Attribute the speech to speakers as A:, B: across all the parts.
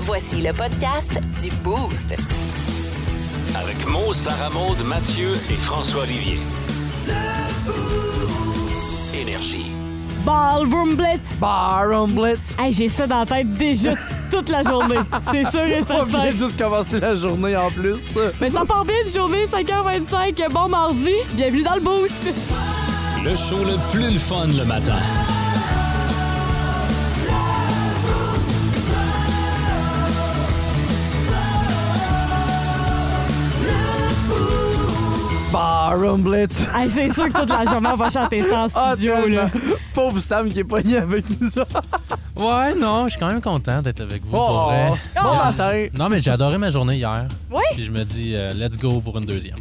A: Voici le podcast du Boost.
B: Avec Mo, Sarah Maud, Mathieu et François Olivier. Énergie.
C: Ballroom Blitz.
D: Baron Blitz.
C: Hey, j'ai ça dans la tête déjà toute la journée. C'est sûr et
D: On
C: certain.
D: vient juste commencer la journée en plus.
C: Mais ça part bien une journée, 5h25. Bon mardi. Bienvenue dans le Boost.
B: Le show le plus le fun le matin.
D: Baron Blitz.
C: Hey, c'est sûr que toute la journée, on va chanter ça en studio.
D: Ah, tellement.
C: là.
D: Pauvre Sam qui est pogné avec nous.
E: Ouais, non, je suis quand même content d'être avec vous. pour
D: Oh,
E: vrai.
D: bon
C: Ah.
D: matin.
E: Non, mais j'ai adoré ma journée hier.
C: Oui?
E: Puis je me dis, euh, let's go pour une deuxième.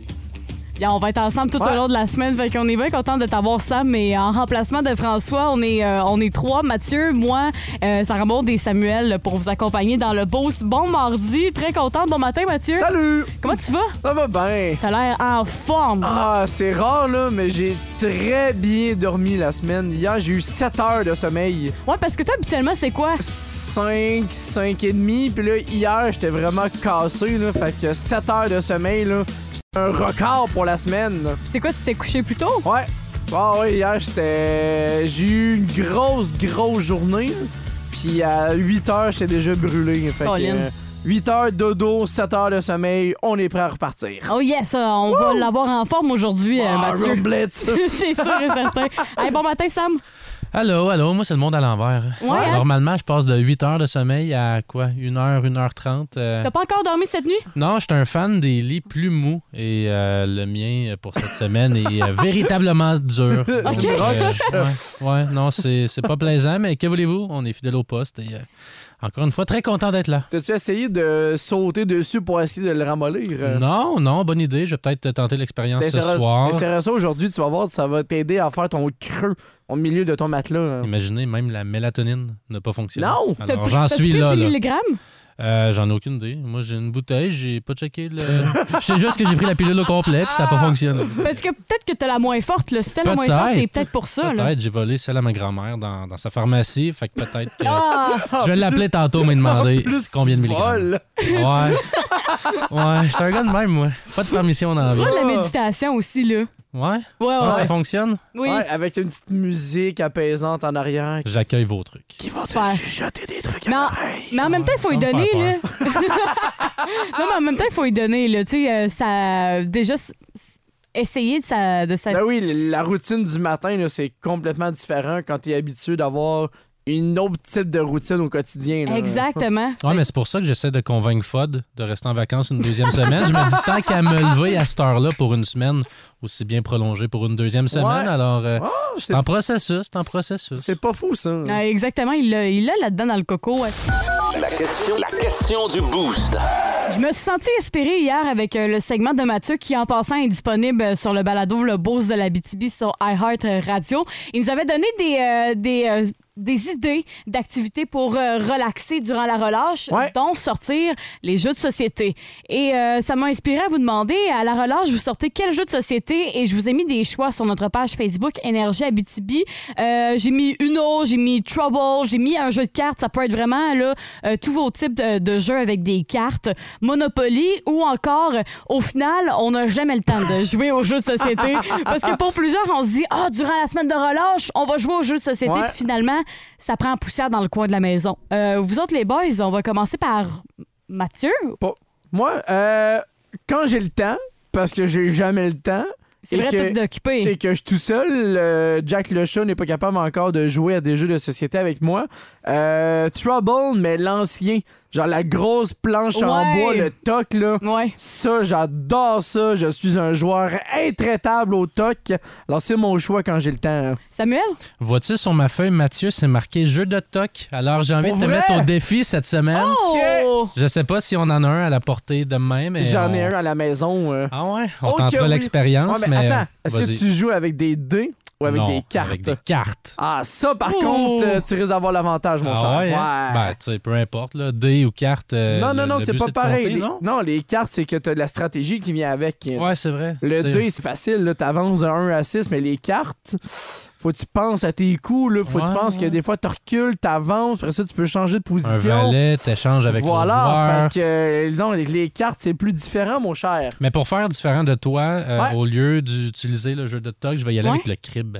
C: Bien, on va être ensemble tout
D: Ouais.
C: au long de la semaine. Fait qu'on est bien content de t'avoir, Sam. Mais en remplacement de François, on est, euh, on est trois. Mathieu, moi, euh, Sarah Maud et Samuel pour vous accompagner dans le Boost. Bon mardi. Très contente. Bon matin, Mathieu.
D: Salut.
C: Comment tu vas?
D: Ça va bien.
C: T'as l'air en forme.
D: Ah, c'est rare là, mais j'ai très bien dormi la semaine. Hier, j'ai eu 7 heures de sommeil.
C: Ouais, parce que toi, habituellement, c'est quoi?
D: 5, 5 et demi. Puis là, hier, j'étais vraiment cassé là, fait que 7 heures de sommeil là, c'est un record pour la semaine.
C: C'est quoi, tu t'es couché plus tôt?
D: Ouais. Ah oui, hier, j'étais. J'ai eu une grosse, grosse journée. là. Puis à 8 heures, j'étais déjà brûlé. Fait que,
C: Colin.
D: euh, 8 heures dodo, 7 heures de sommeil, on est prêt à repartir.
C: Oh yes, euh, on va l'avoir en forme aujourd'hui, euh,
D: Ah,
C: Mathieu.
D: Ron Blitz.
C: c'est sûr et certain. Hey, bon matin, Sam.
E: Allô, allô, moi, c'est le monde à l'envers.
C: Ouais, hein?
E: Normalement, je passe de 8 heures de sommeil à quoi? 1 heure, 1 heure 30. euh,
C: T'as pas encore dormi cette nuit?
E: Non, je suis un fan des lits plus mous. Et euh, le mien euh, pour cette semaine est euh, véritablement dur. Donc, euh, ouais, ouais, non, c'est c'est pas plaisant, mais que voulez-vous? On est fidèle au poste. Et euh, encore une fois, très content d'être là.
D: T'as-tu essayé de sauter dessus pour essayer de le ramollir? euh?
E: Non, non, bonne idée. Je vais peut-être tenter l'expérience ce
D: T'essaieras-
E: soir.
D: t'essaieras ça aujourd'hui, tu vas voir, ça va t'aider à faire ton creux au milieu de ton matelas. hein.
E: Imaginez, même la mélatonine n'a pas fonctionné.
D: Non!
C: T'as
E: Alors,
C: pris-
E: j'en
C: t'as-tu
E: suis
C: pris
E: là.
C: 10
E: là.
C: milligrammes?
E: Euh, j'en ai aucune idée. Moi, j'ai une bouteille, j'ai pas checké le. Je sais juste que j'ai pris la pilule au complet, puis ça n'a pas fonctionné.
C: Parce que peut-être que t'as la moins forte, là. Si t'as la moins
E: Peut-être.
C: forte, c'est peut-être pour ça, là.
E: Peut-être, j'ai volé celle à ma grand-mère dans, dans sa pharmacie, fait que peut-être que.
C: Ah,
E: Je vais l'appeler tantôt, mais demander
D: Plus
E: combien de milligrammes.
D: folle.
E: Ouais. Ouais, je suis un gars de même, moi. Pas de permission dans la
C: tu
E: vie.
C: vois de la méditation aussi, là.
E: Ouais?
C: Ouais,
E: Tu penses que
C: ouais.
E: Ah, ça fonctionne?
C: Oui.
D: Ouais, avec une petite musique apaisante en arrière.
E: J'accueille vos trucs.
D: Qui va te
C: Super.
D: chuchoter des trucs à
C: Non,
D: l'oreille.
C: mais en même temps, il faut y
E: ça me
C: donner,
E: fait
C: là. non, mais en même temps, il faut y donner, là. Tu sais, euh, ça. Déjà, s- s- essayer de ça. De ça...
D: Ben oui, la routine du matin, là, c'est complètement différent quand t'es habitué d'avoir une autre type de routine au quotidien. là.
C: Exactement.
E: Ouais, mais c'est pour ça que j'essaie de convaincre Fod de rester en vacances une deuxième semaine. Je me dis tant qu'à me lever à cette heure-là pour une semaine, aussi bien prolongée pour une deuxième semaine,
D: Ouais.
E: alors euh,
D: Ah,
E: c'est
D: c'est,
E: en processus, c'est en processus.
D: c'est pas fou, ça.
C: Euh, exactement, il l'a il l'a là-dedans dans le coco. ouais.
B: La question, la question du boost.
C: Je me suis sentie inspirée hier avec euh, le segment de Mathieu qui, en passant, est disponible euh, sur le balado Le Boss de la BTB sur iHeart euh, Radio. Il nous avait donné des, euh, des, euh, des idées d'activités pour euh, relaxer durant la relâche,
D: Ouais.
C: dont sortir les jeux de société. Et euh, ça m'a inspiré à vous demander, à la relâche, vous sortez quel jeu de société? Et je vous ai mis des choix sur notre page Facebook Énergie Abitibi. Euh, j'ai mis Uno, j'ai mis Trouble, j'ai mis un jeu de cartes. Ça peut être vraiment là, euh, tous vos types de, de jeux avec des cartes. Monopoly ou encore, euh, au final, on n'a jamais le temps de jouer aux jeux de société. Parce que pour plusieurs, on se dit, ah, durant la semaine de relâche, on va jouer aux jeux de société.
D: Ouais.
C: Puis finalement, ça prend poussière dans le coin de la maison. Euh, vous autres, les boys, on va commencer par Mathieu.
D: Moi, euh, quand j'ai le temps, parce que j'ai jamais le temps,
C: C'est
D: Et
C: vrai,
D: que-
C: toi, t'es occupé.
D: et que je suis tout seul, euh, Jack le chat n'est pas capable encore de jouer à des jeux de société avec moi. Euh, Trouble, mais l'ancien. Genre la grosse planche en
C: Ouais.
D: bois, le toc, là.
C: Ouais.
D: Ça, j'adore ça. Je suis un joueur intraitable au toc. Alors, c'est mon choix quand j'ai le temps.
C: Samuel?
E: Vois-tu sur ma feuille, Mathieu, c'est marqué jeu de toc. Alors j'ai envie
D: Pour
E: de te
D: vrai?
E: mettre au défi cette semaine.
C: Oh!
E: Je sais pas si on en a un à la portée demain, mais.
D: J'en
E: on-
D: ai un à la maison. euh.
E: Ah ouais? On
D: Oh que
E: tentera
D: oui.
E: l'expérience,
D: Ouais, mais,
E: mais.
D: attends, est-ce
E: vas-y.
D: que tu joues avec des dés ou avec
E: Non,
D: des cartes?
E: Avec des cartes. Oh!
D: Ah, ça, par
C: Ouh.
D: contre, euh, tu risques d'avoir l'avantage, mon
E: Ah
D: cher.
E: ouais, hein? Ben, tu sais, peu importe, là, dés ou cartes. euh,
D: non, non,
E: le-
D: non,
E: le
D: c'est
E: but,
D: pas
E: de
D: pareil.
E: compter,
D: les...
E: non?
D: non, les cartes, c'est que t'as de la stratégie qui vient avec.
E: Ouais, c'est vrai.
D: Le
E: C'est-
D: 2, c'est facile, là, t'avances de 1 à 6, mais les cartes, faut que tu penses à tes coups, là. Faut que
E: Ouais,
D: tu penses que
E: ouais.
D: des fois, tu recules, t'avances, après ça, tu peux changer de
E: Un
D: position.
E: valet, t'échanges avec le
D: voilà,
E: joueur.
D: fait que, euh, non, avec les cartes, c'est plus différent, mon cher.
E: Mais pour faire différent de toi, euh,
D: Ouais.
E: au lieu d'utiliser le jeu de toc, je vais y aller
C: Ouais.
E: avec le crib.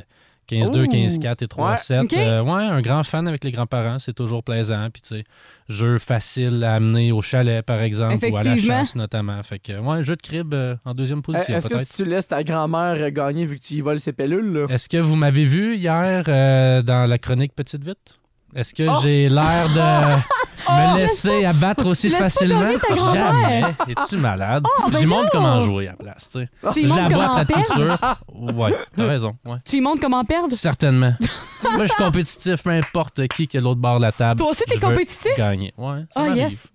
E: 15-2,
D: Ouh.
E: 15-4 et 3-7.
C: Ok.
E: Euh, ouais, un grand fan avec les grands-parents, c'est toujours plaisant. Puis, tu sais, jeu facile à amener au chalet, par exemple, ou à la
C: Effectivement.
E: chasse, notamment. Fait que, ouais, jeu de crib euh, en deuxième
D: Euh,
E: position,
D: Est-ce que
E: peut-être. Eh.
D: tu laisses ta grand-mère euh, gagner vu que tu y voles ses pellules, là?
E: Est-ce que vous m'avez vu hier euh, dans la chronique Petite Vite? Est-ce que
D: Oh!
E: j'ai l'air de me laisser abattre aussi
C: Laisse pas
E: facilement?
C: gagner Oh! ta
E: Jamais.
C: grand-mère.
E: Es-tu malade?
C: Oh, ben
E: J'y montre
C: non.
E: comment jouer à la place. tu sais.
C: Tu lui
E: Je la
C: montres
E: bois
C: comment
E: à plat de
C: perdre.
E: couture. Ouais, t'as raison. Ouais.
C: Tu lui montres comment perdre.
E: Certainement. Moi, je suis compétitif, peu importe qui qui est l'autre bord de la table.
C: Toi aussi, t'es
E: Je veux
C: compétitif?
E: Gagner. Ouais, ça
C: Ah,
E: m'arrive.
C: yes.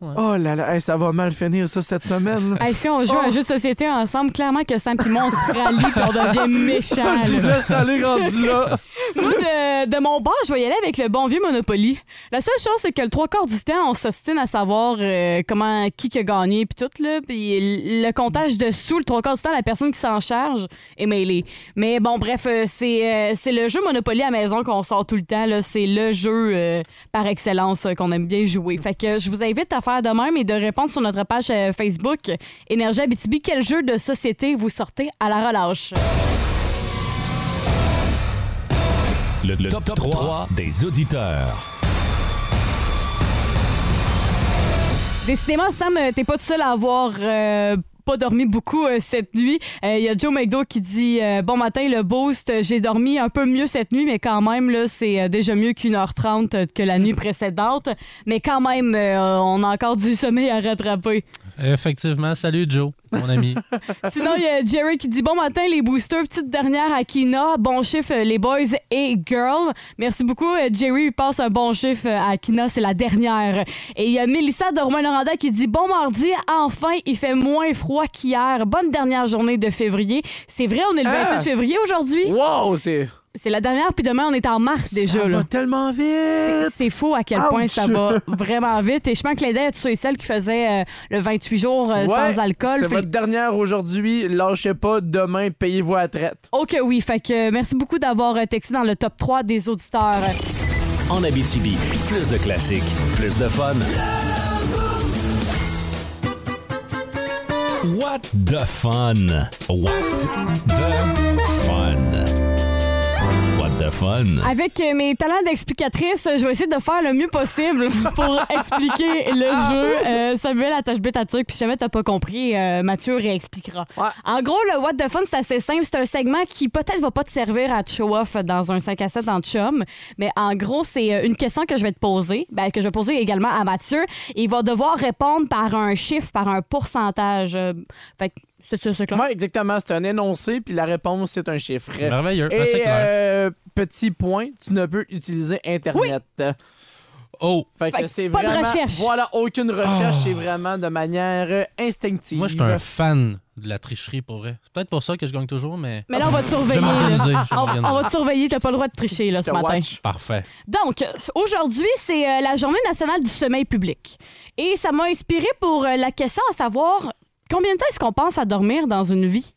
D: Oh là là, hey, ça va mal finir ça cette semaine. là.
C: Hey, si on joue
D: Oh.
C: à un jeu de société ensemble, clairement que Sam pis moi, on se rallie pis on devient méchants.
D: Je
C: là.
D: laisse aller rendu là.
C: Moi, de, de mon bord, je vais y aller avec le bon vieux Monopoly. La seule chose, c'est que le trois quarts du temps, on s'ostine à savoir euh, comment, qui qui a gagné puis tout, là. Puis le comptage dessous, le trois quarts du temps, la personne qui s'en charge est mêlée. Mais bon, bref, euh, c'est euh, c'est le jeu Monopoly à maison qu'on sort tout le temps, là. C'est le jeu euh, par excellence euh, qu'on aime bien jouer. Fait que je vous invite à faire de même et de répondre sur notre page euh, Facebook Énergie Abitibi. Quel jeu de société vous sortez à la relâche?
F: Le, le top, 3, des auditeurs.
C: Décidément, Sam, euh, t'es pas tout seul à avoir euh, pas dormi beaucoup euh, cette nuit. Euh, Il y a Joe McDo qui dit euh, Bon matin, le boost. euh, J'ai dormi un peu mieux cette nuit, mais quand même, là, c'est euh, déjà mieux qu'une heure trente euh, que la nuit précédente. Mais quand même, euh, on a encore du sommeil à rattraper.
E: Effectivement. Salut, Joe, mon ami.
C: Sinon, il y a Jerry qui dit Bon matin, les boosters. Petite dernière à Kina. Bon chiffre, euh, les boys et girls. Merci beaucoup. Euh, Jerry passe un bon chiffre euh, à Kina. C'est la dernière. Et il y a Mélissa de Romain-Noranda qui dit Bon mardi, enfin, il fait moins froid qu'hier. Bonne dernière journée de février. C'est vrai, on est le 28
D: Ah!
C: février aujourd'hui.
D: Wow, c'est.
C: C'est la dernière, puis demain, on est en mars déjà.
D: ça
C: là.
D: va tellement
C: C'est-
D: vite.
C: C'est fou à quel point ça
D: Ouch.
C: va vraiment vite. Et je pense que l'aide à tous ceux et celles qui faisaient euh, le 28 jours euh,
D: Ouais,
C: sans alcool.
D: C'est
C: Fait-
D: votre dernière aujourd'hui. Lâchez pas. Demain, payez-vous à la traite.
C: OK, oui. Fait que euh, merci beaucoup d'avoir euh, texté dans le top 3 des auditeurs.
B: En Abitibi, plus de classiques, plus de fun.
F: What the fun? What the fun? What the fun?
C: Avec euh, mes talents d'explicatrice, euh, je vais essayer de faire le mieux possible pour expliquer le jeu. Euh, Samuel attache bête à truc, puis si jamais t'as pas compris, euh, Mathieu réexpliquera.
D: Ouais.
C: En gros, le What the Fun, c'est assez simple. C'est un segment qui peut-être va pas te servir à te show-off dans un 5 à 7 en chum, mais en gros, c'est euh, une question que je vais te poser, ben, que je vais poser également à Mathieu. Et il va devoir répondre par un chiffre, par un pourcentage. Euh, fait que c'est ça, c'est clair.
D: Ouais, exactement. C'est un énoncé, puis la réponse, c'est un chiffre.
E: Merveilleux.
D: Et
E: Ah, c'est clair.
D: euh, petit point, tu ne peux utiliser Internet.
E: Oh,
D: Fait
C: Fait
D: que
C: que
D: c'est
C: pas de
D: vraiment-
C: recherche.
D: Voilà, aucune recherche.
E: Oh.
D: C'est vraiment de manière euh, instinctive.
E: moi, je suis un fan de la tricherie, pour vrai. C'est peut-être pour ça que je gagne toujours, mais...
C: Mais là, on va te
E: Je vais
C: surveiller. là.
E: m'organiser. je vais
C: On,
E: m'organiser.
C: on va te surveiller, t'as pas le droit de tricher là,
D: Je
C: ce
D: te
C: matin.
D: watch.
E: Parfait.
C: Donc, aujourd'hui, c'est euh, la Journée nationale du sommeil public. Et ça m'a inspiré pour euh, la question à savoir combien de temps est-ce qu'on pense à dormir dans une vie?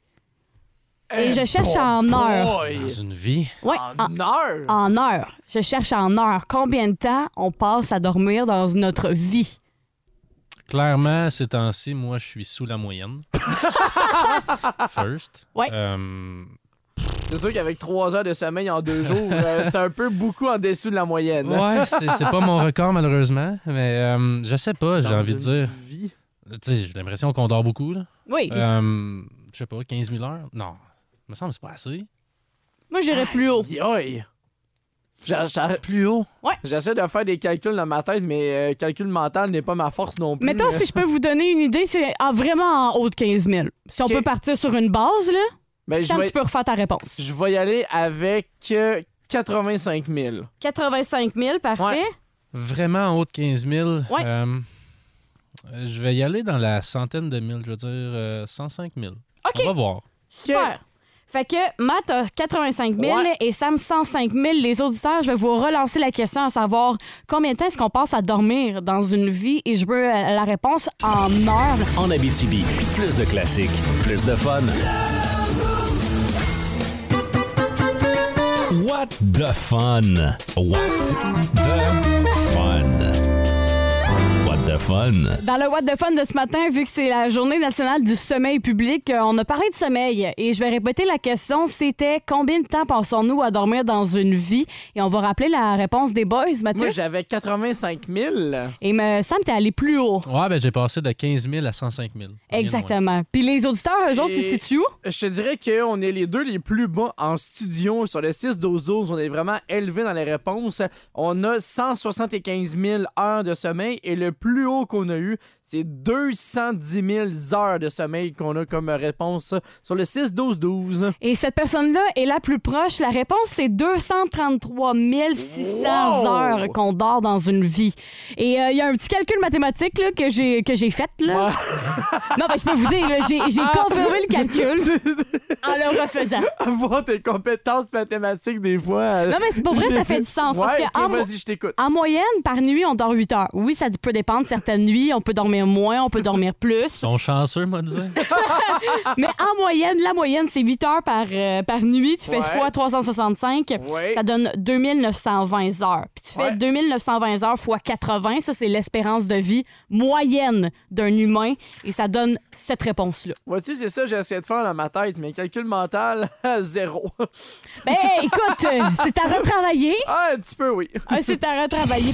C: Et je cherche en heure.
E: Dans
D: Oh, Boy.
E: une vie...
C: Ouais, en,
D: En heure?
C: en heure. Je cherche en heure. Combien de temps on passe à dormir dans notre vie?
E: Clairement, ces temps-ci, moi, je suis sous la moyenne. First.
C: Ouais.
E: Euh,
D: C'est sûr qu'avec trois heures de sommeil en deux jours, euh, c'est un peu beaucoup en dessous de la moyenne.
E: ouais, c'est c'est pas mon record, malheureusement. Mais euh, je sais pas, j'ai
D: Dans
E: envie de
D: une
E: dire.
D: vie.
E: Tu sais, j'ai l'impression qu'on dort beaucoup, là.
C: Oui,
E: Euh, je sais pas, 15 000 heures? Non. Il me semble que c'est pas assez.
C: moi j'irais plus haut.
D: Yoï! J'a- j'a-
E: Plus haut.
D: J'essaie de faire des calculs dans ma tête, mais euh, calcul mental n'est pas ma force non plus.
C: Mettons, si je peux vous donner une idée, c'est en- vraiment en haut de 15 000. Si on
D: Ok.
C: peut partir sur une base, là,
D: Ben, je,
C: Sam,
D: vais,
C: tu peux refaire ta réponse.
D: je vais y aller avec euh, 85 000.
C: 85 000, parfait.
D: Ouais.
E: Vraiment en haut de 15 000.
C: Ouais.
E: euh, je vais y aller dans la centaine de mille. Je veux dire euh, 105 000.
C: OK.
E: On va voir.
C: Super. Fait que Matt a 85 000
D: Ouais.
C: et Sam 105 000. Les auditeurs, je vais vous relancer la question à savoir combien de temps est-ce qu'on passe à dormir dans une vie et je veux euh, la réponse en heures.
B: En Abitibi, plus de classiques, plus de fun.
F: What the fun? What the fun? What the fun?
C: Dans le What the Fun de ce matin, vu que c'est la journée nationale du sommeil public, euh, on a parlé de sommeil et je vais répéter la question, c'était combien de temps passons-nous à dormir dans une vie? Et on va rappeler la réponse des boys, Mathieu.
D: Moi, j'avais 85 000.
C: et me, Sam, t'es allé plus haut.
E: Ouais, ben j'ai passé de 15 000 à 105 000.
C: Exactement. Puis les auditeurs, eux autres, ils
D: Et-
C: se situent où?
D: Je te dirais qu'on est les deux les plus bas en studio sur le 6 12 On est vraiment élevé dans les réponses. On a 175 000 heures de sommeil et le plus haut qu'on a eu, c'est 210 000 heures de sommeil qu'on a comme réponse sur le 6 12 12
C: Et cette personne-là est la plus proche. La réponse, c'est 233 600
D: Wow!
C: heures qu'on dort dans une vie. Et euh, il y a un petit calcul mathématique là, que j'ai que j'ai fait. Là. non, mais je peux vous dire, là, j'ai j'ai confirmé le calcul en le refaisant.
D: Avoir tes compétences mathématiques des fois. euh,
C: Non, mais c'est pour vrai, ça fait du sens.
D: Ouais,
C: parce que
D: ok,
C: en, mo-
D: vas-y, je t'écoute.
C: en moyenne, par nuit, on dort 8 heures. Oui, ça peut dépendre. Certaines nuits, on peut dormir moins, on peut dormir
E: Ils
C: plus.
E: sont chanceux, moi, disais.
C: Mais en moyenne, la moyenne, c'est 8 heures par, euh, par nuit. Tu fais
D: Ouais.
C: fois 365.
D: Ouais.
C: Ça donne 2920 heures. Puis tu fais
D: Ouais.
C: 2920 heures fois 80. Ça, c'est l'espérance de vie moyenne d'un humain. Et ça donne cette réponse-là.
D: Vois-tu, c'est ça que j'essaie de faire dans ma tête, mais calcul mental, zéro.
C: Ben, écoute, euh, c'est à retravailler.
D: ah, un petit peu, oui.
C: Ah, C'est à retravailler.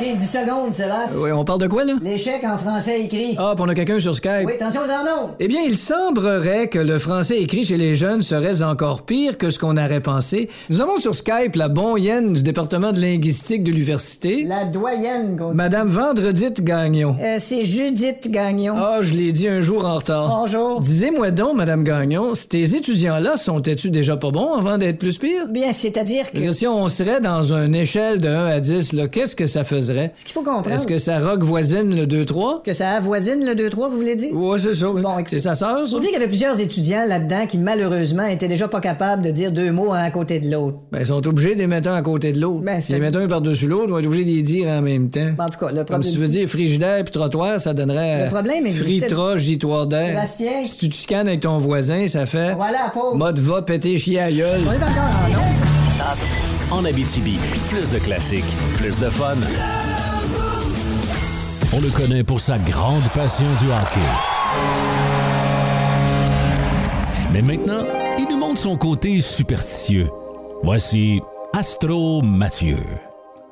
G: OK, 10 secondes, Sébastien.
H: Oui, on parle de quoi, là?
G: L'échec en français écrit.
H: Ah, puis on a quelqu'un sur Skype.
G: Oui, attention aux endroits.
H: Eh bien, il semblerait que le français écrit chez les jeunes serait encore pire que ce qu'on aurait pensé. Nous avons sur Skype la bonne du département de linguistique de l'université,
G: La doyenne, qu'on dit.
H: Madame Vendredite Gagnon.
G: Euh, c'est Judith Gagnon.
H: Ah, je l'ai dit un jour en retard.
G: Bonjour.
H: Disez-moi donc, Madame Gagnon, ces étudiants-là sont-ils déjà pas bons avant d'être plus pires?
G: Bien, c'est-à-dire
H: Je
G: que...
H: veux dire, si on serait dans une échelle de 1 à 10, là, qu'est-ce que ça ferait?
G: Ce qu'il faut comprendre...
H: Est-ce que ça rock voisine le 2-3?
G: que ça avoisine le 2-3, vous voulez dire?
H: Ouais, c'est ça. oui.
G: Bon, écoutez.
H: c'est sa sœur, ça?
G: On dit qu'il y avait plusieurs étudiants là-dedans qui, malheureusement, étaient déjà pas capables de dire deux mots un à côté de l'autre.
H: Ben, ils sont obligés de les mettre un à côté de l'autre.
G: Ben,
H: S'ils les
G: c'est-
H: mettent un par-dessus l'autre, ils vont être obligés de les dire en même temps.
G: En tout cas, le
H: Comme
G: problème...
H: si tu veux dire frigidaire puis trottoir, ça donnerait.
G: Le problème existait-
H: Fritra, gitoire d'air.
G: Sébastien.
H: Si tu te chicanes avec ton voisin, ça fait.
G: Voilà, pauvre.
H: Mode va péter chier à gueule.
G: On est encore en nombre.
B: En Abitibi, plus de classiques, plus de fun.
F: On le connaît pour sa grande passion du hockey. Mais maintenant, il nous montre son côté superstitieux. Voici Astro Mathieu.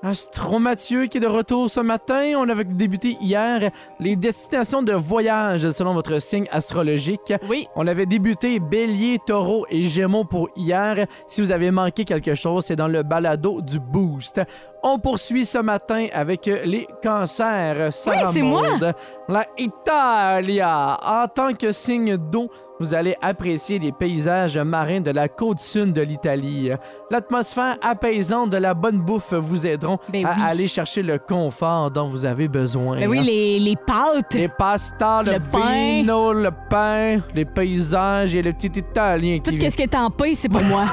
D: Astro Ah, Mathieu qui est de retour ce matin. On avait débuté hier les destinations de voyage selon votre signe astrologique.
C: Oui.
D: On avait débuté Bélier, Taureau et Gémeaux pour hier. Si vous avez manqué quelque chose, c'est dans le balado du Boost. On poursuit ce matin avec les cancers. Sarah
C: c'est
D: Maud.
C: moi.
D: La Italia. En tant que signe d'eau, vous allez apprécier les paysages marins de la côte sud de l'Italie. L'atmosphère apaisante de la bonne bouffe vous aideront
C: Ben
D: à
C: oui.
D: aller chercher le confort dont vous avez besoin.
C: Ben oui,
D: hein.
C: les, les pâtes.
D: Les pastas, le,
C: Le pain.
D: vino, le pain, les paysages et le petit italien
C: Tout
D: qui
C: ce qui est en paix, c'est pour moi.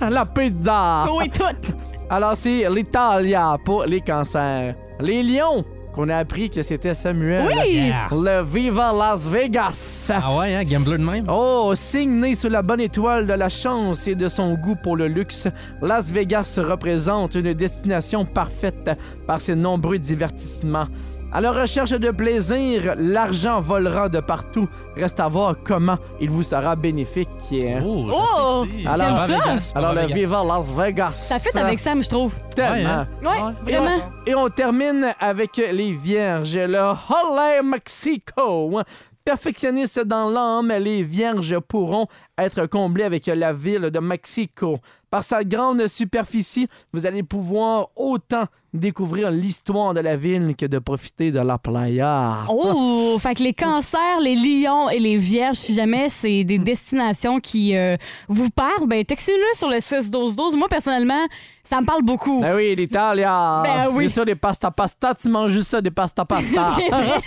D: La pizza!
C: oui, tout.
D: Alors, c'est l'Italia pour les cancers. Les lions, qu'on a appris que c'était Samuel.
C: Oui!
D: Le Viva Las Vegas!
E: Ah ouais, hein, gambler de même?
D: Oh, signe né sous la bonne étoile de la chance et de son goût pour le luxe, Las Vegas représente une destination parfaite par ses nombreux divertissements. À la recherche de plaisir, l'argent volera de partout. Reste à voir comment il vous sera bénéfique.
E: Oh,
C: Oh,
E: j'apprécie.
D: j'aime
E: Alors,
C: ça.
E: Vegas,
D: Alors, le
E: Vegas.
D: Viva Las Vegas.
C: Ça fait avec Sam, je trouve.
D: Tellement.
E: Ouais, hein?
C: Ouais, vraiment.
D: Et on termine avec les Vierges, le Holy Mexico. Perfectionnistes dans l'âme, les Vierges pourront être comblés avec la ville de Mexico. Par sa grande superficie, vous allez pouvoir autant découvrir l'histoire de la ville que de profiter de la playa. Ah.
C: Oh, fait que les cancers, les lions et les vierges, si jamais c'est
D: Hmm.
C: des destinations qui euh, vous parlent, ben textez-le sur le 6-12-12. Moi, personnellement, ça me parle beaucoup.
D: Ben oui, l'Italia!
C: Ben oui.
D: C'est ça, des pasta pasta. Tu manges juste ça, des pasta pasta.
C: C'est vrai.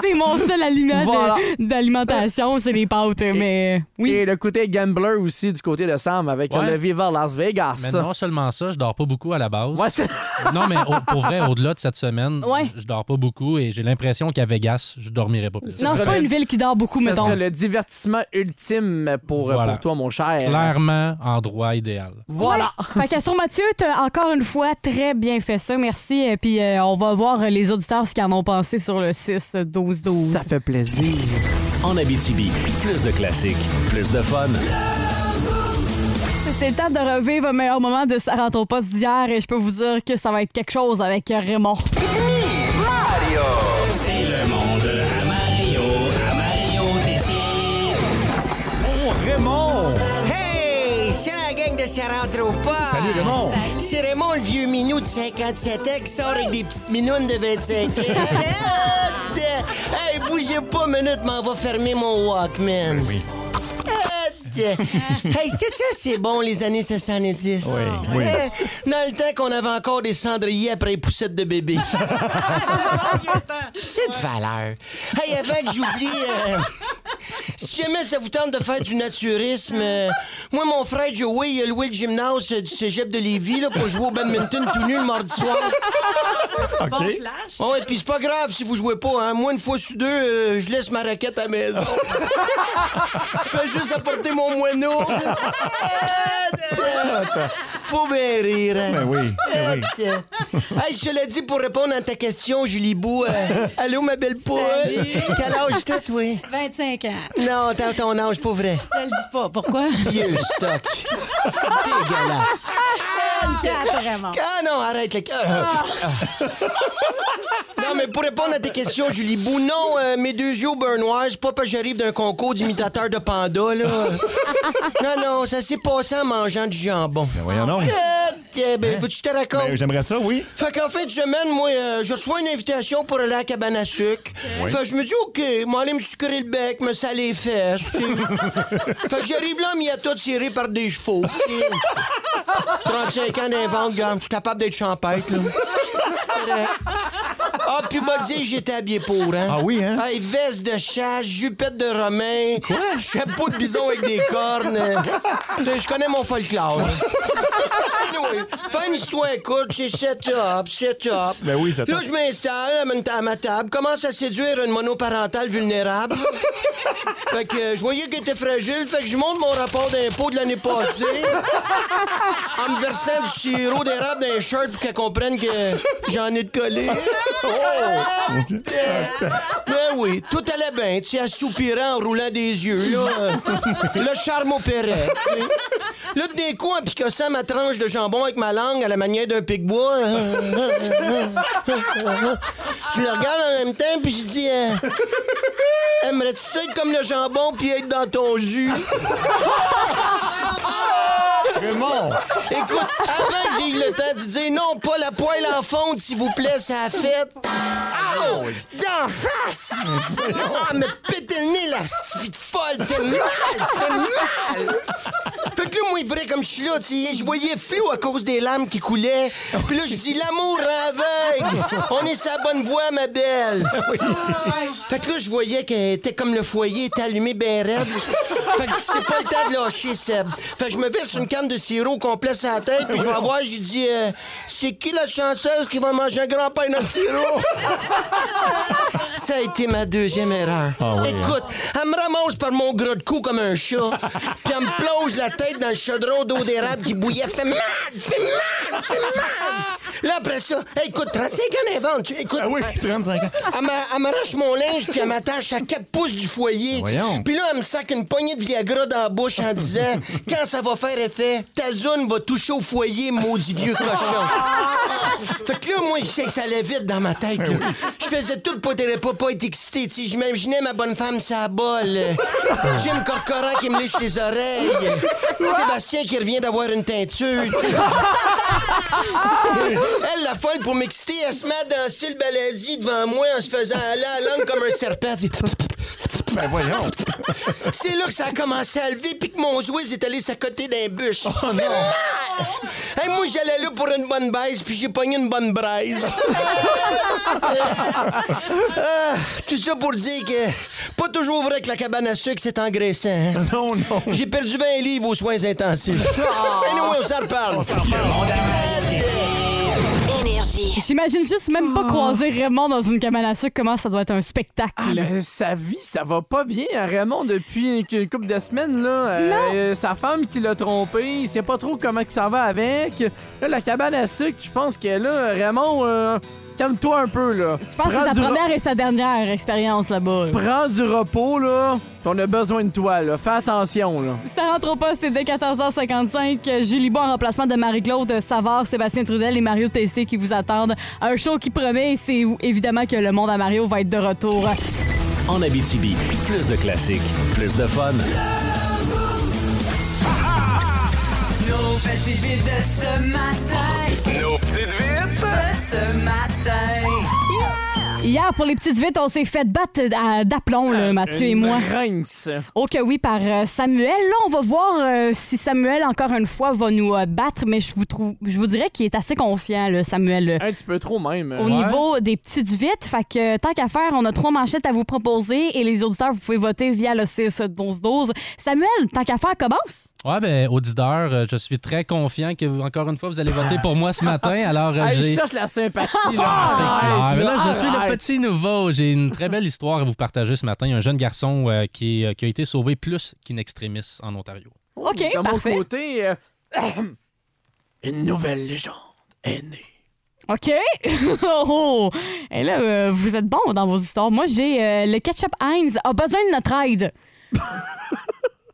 C: C'est mon seul aliment de-
D: Ben, Voilà.
C: d'alimentation, c'est les pâtes. Mais oui.
D: Et le côté gambler aussi du côté de Sam avec
E: Ouais.
D: le Viva Las Vegas.
E: Mais non seulement ça, je dors pas beaucoup à la base.
D: Ouais, c'est-
E: Non, mais au- pour vrai, au-delà de cette semaine,
C: Ouais.
E: je dors pas beaucoup et j'ai l'impression qu'à Vegas, je dormirai pas plus.
C: Non, c'est
D: serait-
C: pas une ville qui dort beaucoup,
D: ça
C: mettons.
D: serait le divertissement ultime pour, euh,
E: Voilà.
D: pour toi, mon cher.
E: Clairement, endroit idéal.
D: Voilà.
C: Fait qu'à sur Mathieu, t'as encore une fois très bien fait ça. Merci. Et puis, euh, on va voir euh, les auditeurs ce qu'ils en ont pensé sur le 6-12-12.
D: Ça fait plaisir.
B: En Abitibi, plus de classiques, plus de fun.
C: C'est le temps de revivre le meilleur moment de Ça rentre au poste d'hier et je peux vous dire que ça va être quelque chose avec Raymond.
B: C'est le monde à Mario, à Mario
I: Raymond! Hey! C'est la gang de Ça rentre au pas! Salut Raymond! C'est Raymond, le vieux minou de 57 ans qui sort avec des petites minounes de 25 ans. Ah, de- hey, bougez pas minute, m'en va fermer mon Walkman. Oui. Hey, c'est ça, c'est bon, les années 70. Oui, oui. Dans le temps qu'on avait encore des cendriers après les poussettes de bébé. c'est de valeur. Hey, avant que j'oublie... euh, si jamais ça vous tente de faire du naturisme, euh, moi, mon frère Joey, il a loué le gymnase euh, du cégep de Lévis là, pour jouer au badminton tout nu le mardi soir. Oh, et puis c'est pas grave si vous jouez pas. Hein. Moi, une fois sur deux, euh, je laisse ma raquette à la maison. Je fais juste apporter mon moineau. Faut bien rire. hein.
J: Ben oui, mais oui.
I: Euh, hey, cela dit, pour répondre à ta question, Julie Bou, euh, allô, ma belle Paul. Quel âge t'as, toi?
K: 25 ans.
I: Non, t'as ton âge, pas vrai.
K: Je le dis pas. Pourquoi?
I: Vieux stock. Dégueulasse.
K: 24, vraiment. Ah.
I: Ah non, arrête le cœur. non, mais pour répondre à tes questions, Julie Bou, non, euh, mes deux yeux au beurre noir, c'est pas parce que j'arrive d'un concours d'imitateur de panda, là. non, non, ça s'est passé en mangeant du jambon.
J: Ben voyons donc.
I: Eh ben, veux-tu que je te raconte?
J: Ben, J'aimerais ça, oui.
I: Fait qu'en fin de semaine, moi, euh, je reçois une invitation pour aller à la cabane à sucre. Fait que je me dis, OK, moi, aller me sucrer le bec, me saler les fesses, tu sais. Fait que j'arrive là, m'y a tout tiré par des chevaux. 35 ans d'invente, gars, je suis capable d'être champêtre, là. Ah, puis m'a dit, j'étais habillé pour, hein.
J: Ah oui, hein?
I: Hey, veste de chasse, jupette de romain. Quoi? Chapeau de bison avec des cornes. Euh, Je connais mon folklore. Anyway, fais une histoire courte, c'est set up, set up.
J: Ben oui, ça
I: Là,
J: tombe.
I: je m'installe à ma- à ma table, commence à séduire une monoparentale vulnérable. fait que euh, je voyais qu'elle était fragile, fait que je monte mon rapport d'impôt de l'année passée en me versant du sirop d'érable dans les shirts pour qu'elle comprenne que j'en ai de collé. Ben oui, tout allait bien, tu sais, assoupirant en roulant des yeux, là. euh, le charme opérait, tu sais. Là, tout d'un coup, en picossant ma tranche de jambon avec ma langue à la manière d'un pic-bois, tu le regardes en même temps, puis je dis... euh, Aimerais-tu ça être comme le jambon puis être dans ton jus?
J: Raymond!
I: Écoute, avant que j'ai eu le temps de dire non, pas la poêle en fonte, s'il vous plaît, ça a fait. Au! D'en face! Ah, me péter le nez, la petite fille de folle, c'est mal, c'est mal! Fait que là, moi, vrai, comme je suis là, tu sais, je voyais flou à cause des larmes qui coulaient. Puis là, je dis, l'amour aveugle! On est sur la bonne voie, ma belle! Fait que là, je voyais qu'elle était comme le foyer, était allumé ben raide. Fait que je dis, c'est pas le temps de lâcher, Seb. Fait que je me verse une canne de sirop complet sur la tête, puis je vais voir, j'ai dit, euh, c'est qui la chanceuse qui va manger un grand pain de sirop? Ça a été ma deuxième erreur. Écoute, elle me ramasse par mon gros de cou comme un chat, puis elle me plonge la tête dans le chaudron d'eau d'érable qui bouillait. Fait mal, fait mal, fait mal. Là, après ça, écoute, 35 ans d'invente, tu- écoute.
J: Ah oui, 35 ans.
I: Elle m'a- elle m'arrache mon linge puis elle m'attache à 4 pouces du foyer.
J: Voyons.
I: Puis là, elle me sac une poignée de Viagra dans la bouche en disant Quand ça va faire effet, ta zone va toucher au foyer, maudit vieux cochon. fait que là, moi, je sais que ça allait vite dans ma tête. là. Je faisais tout pour ne pas, pas être excité. tu sais. Je m'imaginais ma bonne femme, sa bol. Jim Corcoran qui me lèche les oreilles. Sébastien qui revient d'avoir une teinture. tu sais. Elle, la folle, pour m'exciter, elle se met à danser le baladi devant moi en se faisant aller à la langue comme un serpent. Elle dit,
J: Ben voyons.
I: C'est là que ça a commencé à lever puis que mon jouet est allé s'accoter d'un bûche. Oh non! Hey, moi, j'allais là pour une bonne baise puis j'ai pogné une bonne braise. Ah, tout ça pour dire que pas toujours vrai que la cabane à sucre, c'est engraissant. Non, non. J'ai perdu 20 livres aux soins intensifs. Mais nous, on s'en reparle.
C: J'imagine juste même
D: Oh.
C: pas croiser Raymond dans une cabane à sucre, comment ça doit être un spectacle. là.
D: Ah, Mais sa vie, ça va pas bien à Raymond depuis une couple de semaines. Là. Euh, sa femme qui l'a trompé, il sait pas trop comment que ça va avec. Là, la cabane à sucre, je pense que là, Raymond, euh, calme-toi un peu. Là.
C: Je pense que c'est sa première et sa dernière expérience là-bas. là.
D: Prends du repos, là. puis On a besoin de toi, là. Fais attention, là.
C: Ça rentre au poste, c'est dès 14h55. Julie Bois en remplacement de Marie-Claude Savard, Sébastien Trudel et Mario Tessé qui vous attendent. Un show qui promet, et c'est évidemment que le monde à Mario va être de retour.
B: En Abitibi, plus de classiques, plus de fun.
L: Nos petites vites de ce matin. Nos petites vites de ce matin.
C: Hier, pour les petites vites, on s'est fait battre à- d'aplomb, là, Mathieu et
D: Ah, Une
C: moi.
D: rince.
C: Oh que oui, par euh, Samuel. Là, on va voir euh, si Samuel, encore une fois, va nous euh, battre, mais je vous, trouve, je vous dirais qu'il est assez confiant, là, Samuel. euh,
D: Un petit peu trop, même.
C: Au niveau des petites vites, fait que euh, tant qu'à faire, on a trois manchettes à vous proposer et les auditeurs, vous pouvez voter via le 6-12-12. Samuel, tant qu'à faire, commence.
E: Ouais, ben, auditeur, euh, je suis très confiant que, vous- encore une fois, vous allez voter pour moi ce matin. Alors, euh,
D: Hey,
E: j'ai.
D: je cherche la sympathie, là.
E: Ah,
D: Arrête,
E: mais là, je
D: arrête.
E: suis le petit nouveau. J'ai une très belle histoire à vous partager ce matin. Un jeune garçon euh, qui, est- euh, qui a été sauvé plus qu'une extrémiste en Ontario.
C: OK,
D: de
C: parfait.
D: mon côté, euh, une nouvelle légende.
C: OK. oh! Et là, euh, vous êtes bon dans vos histoires. Moi, j'ai euh, le ketchup Heinz a besoin de notre aide.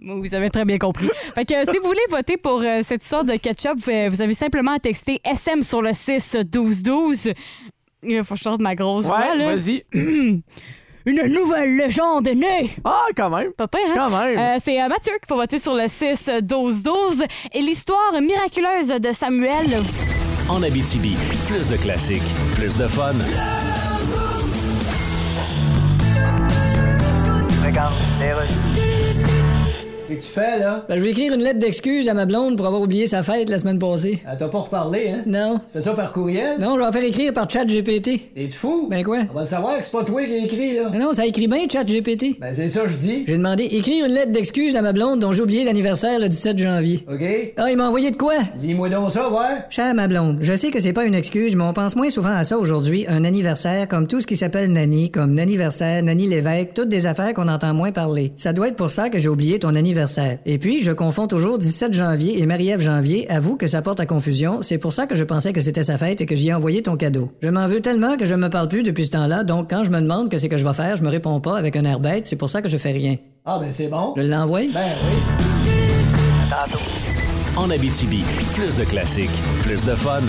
C: Vous avez très bien compris. Fait que euh, si vous voulez voter pour euh, cette histoire de ketchup, euh, vous avez simplement à texter SM sur le 6 12 12. Il faut que je sorte ma grosse
D: Ouais,
C: voix, là.
D: vas-y.
C: Une nouvelle légende est née.
D: Ah, quand même.
C: Pas pire, hein?
D: Quand même.
C: Euh, c'est euh, Mathieu qui va voter sur le 6 12 12 et l'histoire miraculeuse de Samuel.
B: En Abitibi, plus de classiques, plus de fun.
H: Qu'est-ce que tu fais, là?
G: Ben, je vais écrire une lettre d'excuse à ma blonde pour avoir oublié sa fête la semaine passée.
H: Elle t'a pas reparlé, hein?
G: Non.
H: Tu fais ça par courriel?
G: Non, je vais en faire écrire par ChatGPT.
H: T'es-tu fou? Ah,
G: Ben quoi?
H: On va le savoir que c'est pas toi qui l'as écrit, là.
G: Mais non, ça écrit bien ChatGPT.
H: Ben c'est ça, je dis.
G: J'ai demandé écrire une lettre d'excuse à ma blonde dont j'ai oublié l'anniversaire le 17 janvier.
H: OK?
G: Ah, il m'a envoyé de quoi?
H: Lis-moi donc ça, ouais?
G: Chère ma blonde, je sais que c'est pas une excuse, mais on pense moins souvent à ça aujourd'hui. Un anniversaire, comme tout ce qui s'appelle Nani, comme Naniversaire, Nani l'évêque, toutes des affaires qu'on entend moins parler. Ça doit être pour ça que j'ai oublié ton anniversaire. Et puis, je confonds toujours 17 janvier et Marie-Ève janvier. Avoue que ça porte à confusion. C'est pour ça que je pensais que c'était sa fête et que j'y ai envoyé ton cadeau. Je m'en veux tellement que je me parle plus depuis ce temps-là, donc quand je me demande que c'est que je vais faire, je me réponds pas avec un air bête. C'est pour ça que je fais rien.
H: Ah, ben c'est bon.
G: Je l'envoie?
H: Ben oui.
B: En Abitibi, plus de classiques, plus de fun.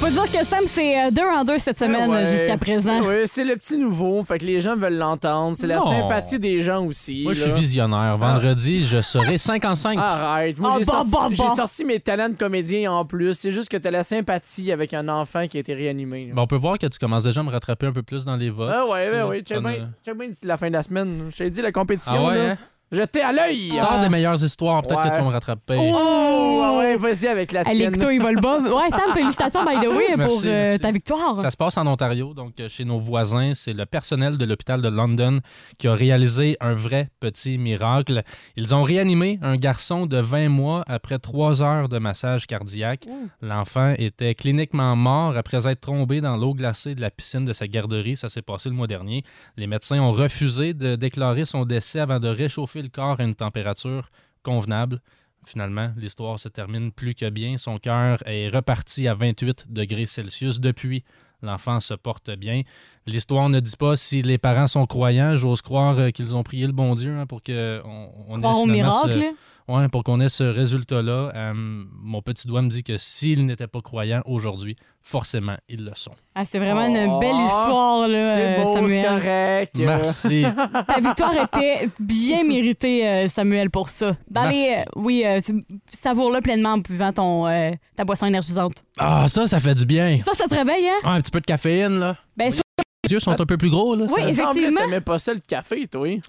C: On peut dire que Sam, c'est euh, deux en deux cette semaine
D: Ah Ouais.
C: euh, jusqu'à présent.
D: Oui, c'est le petit nouveau. Fait que les gens veulent l'entendre. C'est la
E: Non.
D: sympathie des gens aussi.
E: Moi, je suis
D: là. Ah.
E: visionnaire. Vendredi, je serai 55.
D: Arrête. Moi,
E: Ah,
D: j'ai,
E: bah,
D: sorti,
E: bah,
D: j'ai
E: bah.
D: sorti mes talents de comédien en plus. C'est juste que t'as la sympathie avec un enfant qui a été réanimé. là.
E: Ben, on peut voir que tu commences déjà à me rattraper un peu plus dans les votes.
D: Ah ouais,
E: Tu
D: ouais,
E: sais,
D: ouais. Check
E: on a-
D: bien check bien d'ici la fin de la semaine. Je t'ai dit, la compétition,
E: Ah ouais,
D: là,
E: hein?
D: j'étais à l'œil.
E: Sors des meilleures histoires. Peut-être
D: Ouais.
E: que tu vas me rattraper.
D: Oh, ah ouais, vas-y avec la tienne.
C: Alecto, il va le bas. Ouais, Sam, félicitations, by the way,
E: Merci,
C: pour euh,
E: merci.
C: ta victoire.
E: Ça se passe en Ontario, donc euh, chez nos voisins. C'est le personnel de l'hôpital de London qui a réalisé un vrai petit miracle. Ils ont réanimé un garçon de 20 mois après trois heures de massage cardiaque. L'enfant était cliniquement mort après être tombé dans l'eau glacée de la piscine de sa garderie. Ça s'est passé le mois dernier. Les médecins ont refusé de déclarer son décès avant de réchauffer le corps à une température convenable. Finalement, l'histoire se termine plus que bien. Son cœur est reparti à 28 degrés Celsius depuis. L'enfant se porte bien. L'histoire ne dit pas si les parents sont croyants. J'ose croire euh, qu'ils ont prié le bon Dieu hein, pour que on, on
C: Croire au
E: finalement
C: miracle, là.
E: Ouais, pour qu'on ait ce résultat-là. Euh, mon petit doigt me dit que s'ils n'étaient pas croyants aujourd'hui, forcément, ils le sont.
C: Ah, c'est vraiment une belle histoire, là,
D: Oh, C'est
C: euh,
D: beau, c'est
C: Samuel.
D: correct.
E: Merci.
C: Ta victoire était bien méritée, euh, Samuel, pour ça. Dans
E: Merci.
C: les, euh, oui, euh, tu savoure-le pleinement en buvant ton, euh, ta boisson énergisante.
E: Ah, ça, ça fait du bien.
C: Ça, ça te réveille, hein?
E: Ah, un petit peu de caféine, là.
C: Ben, sur-
E: yeux sont un peu plus gros, là.
C: Oui,
E: Ça-
C: effectivement.
D: Ah, T'aimais pas ça le café, toi?
E: Ouais,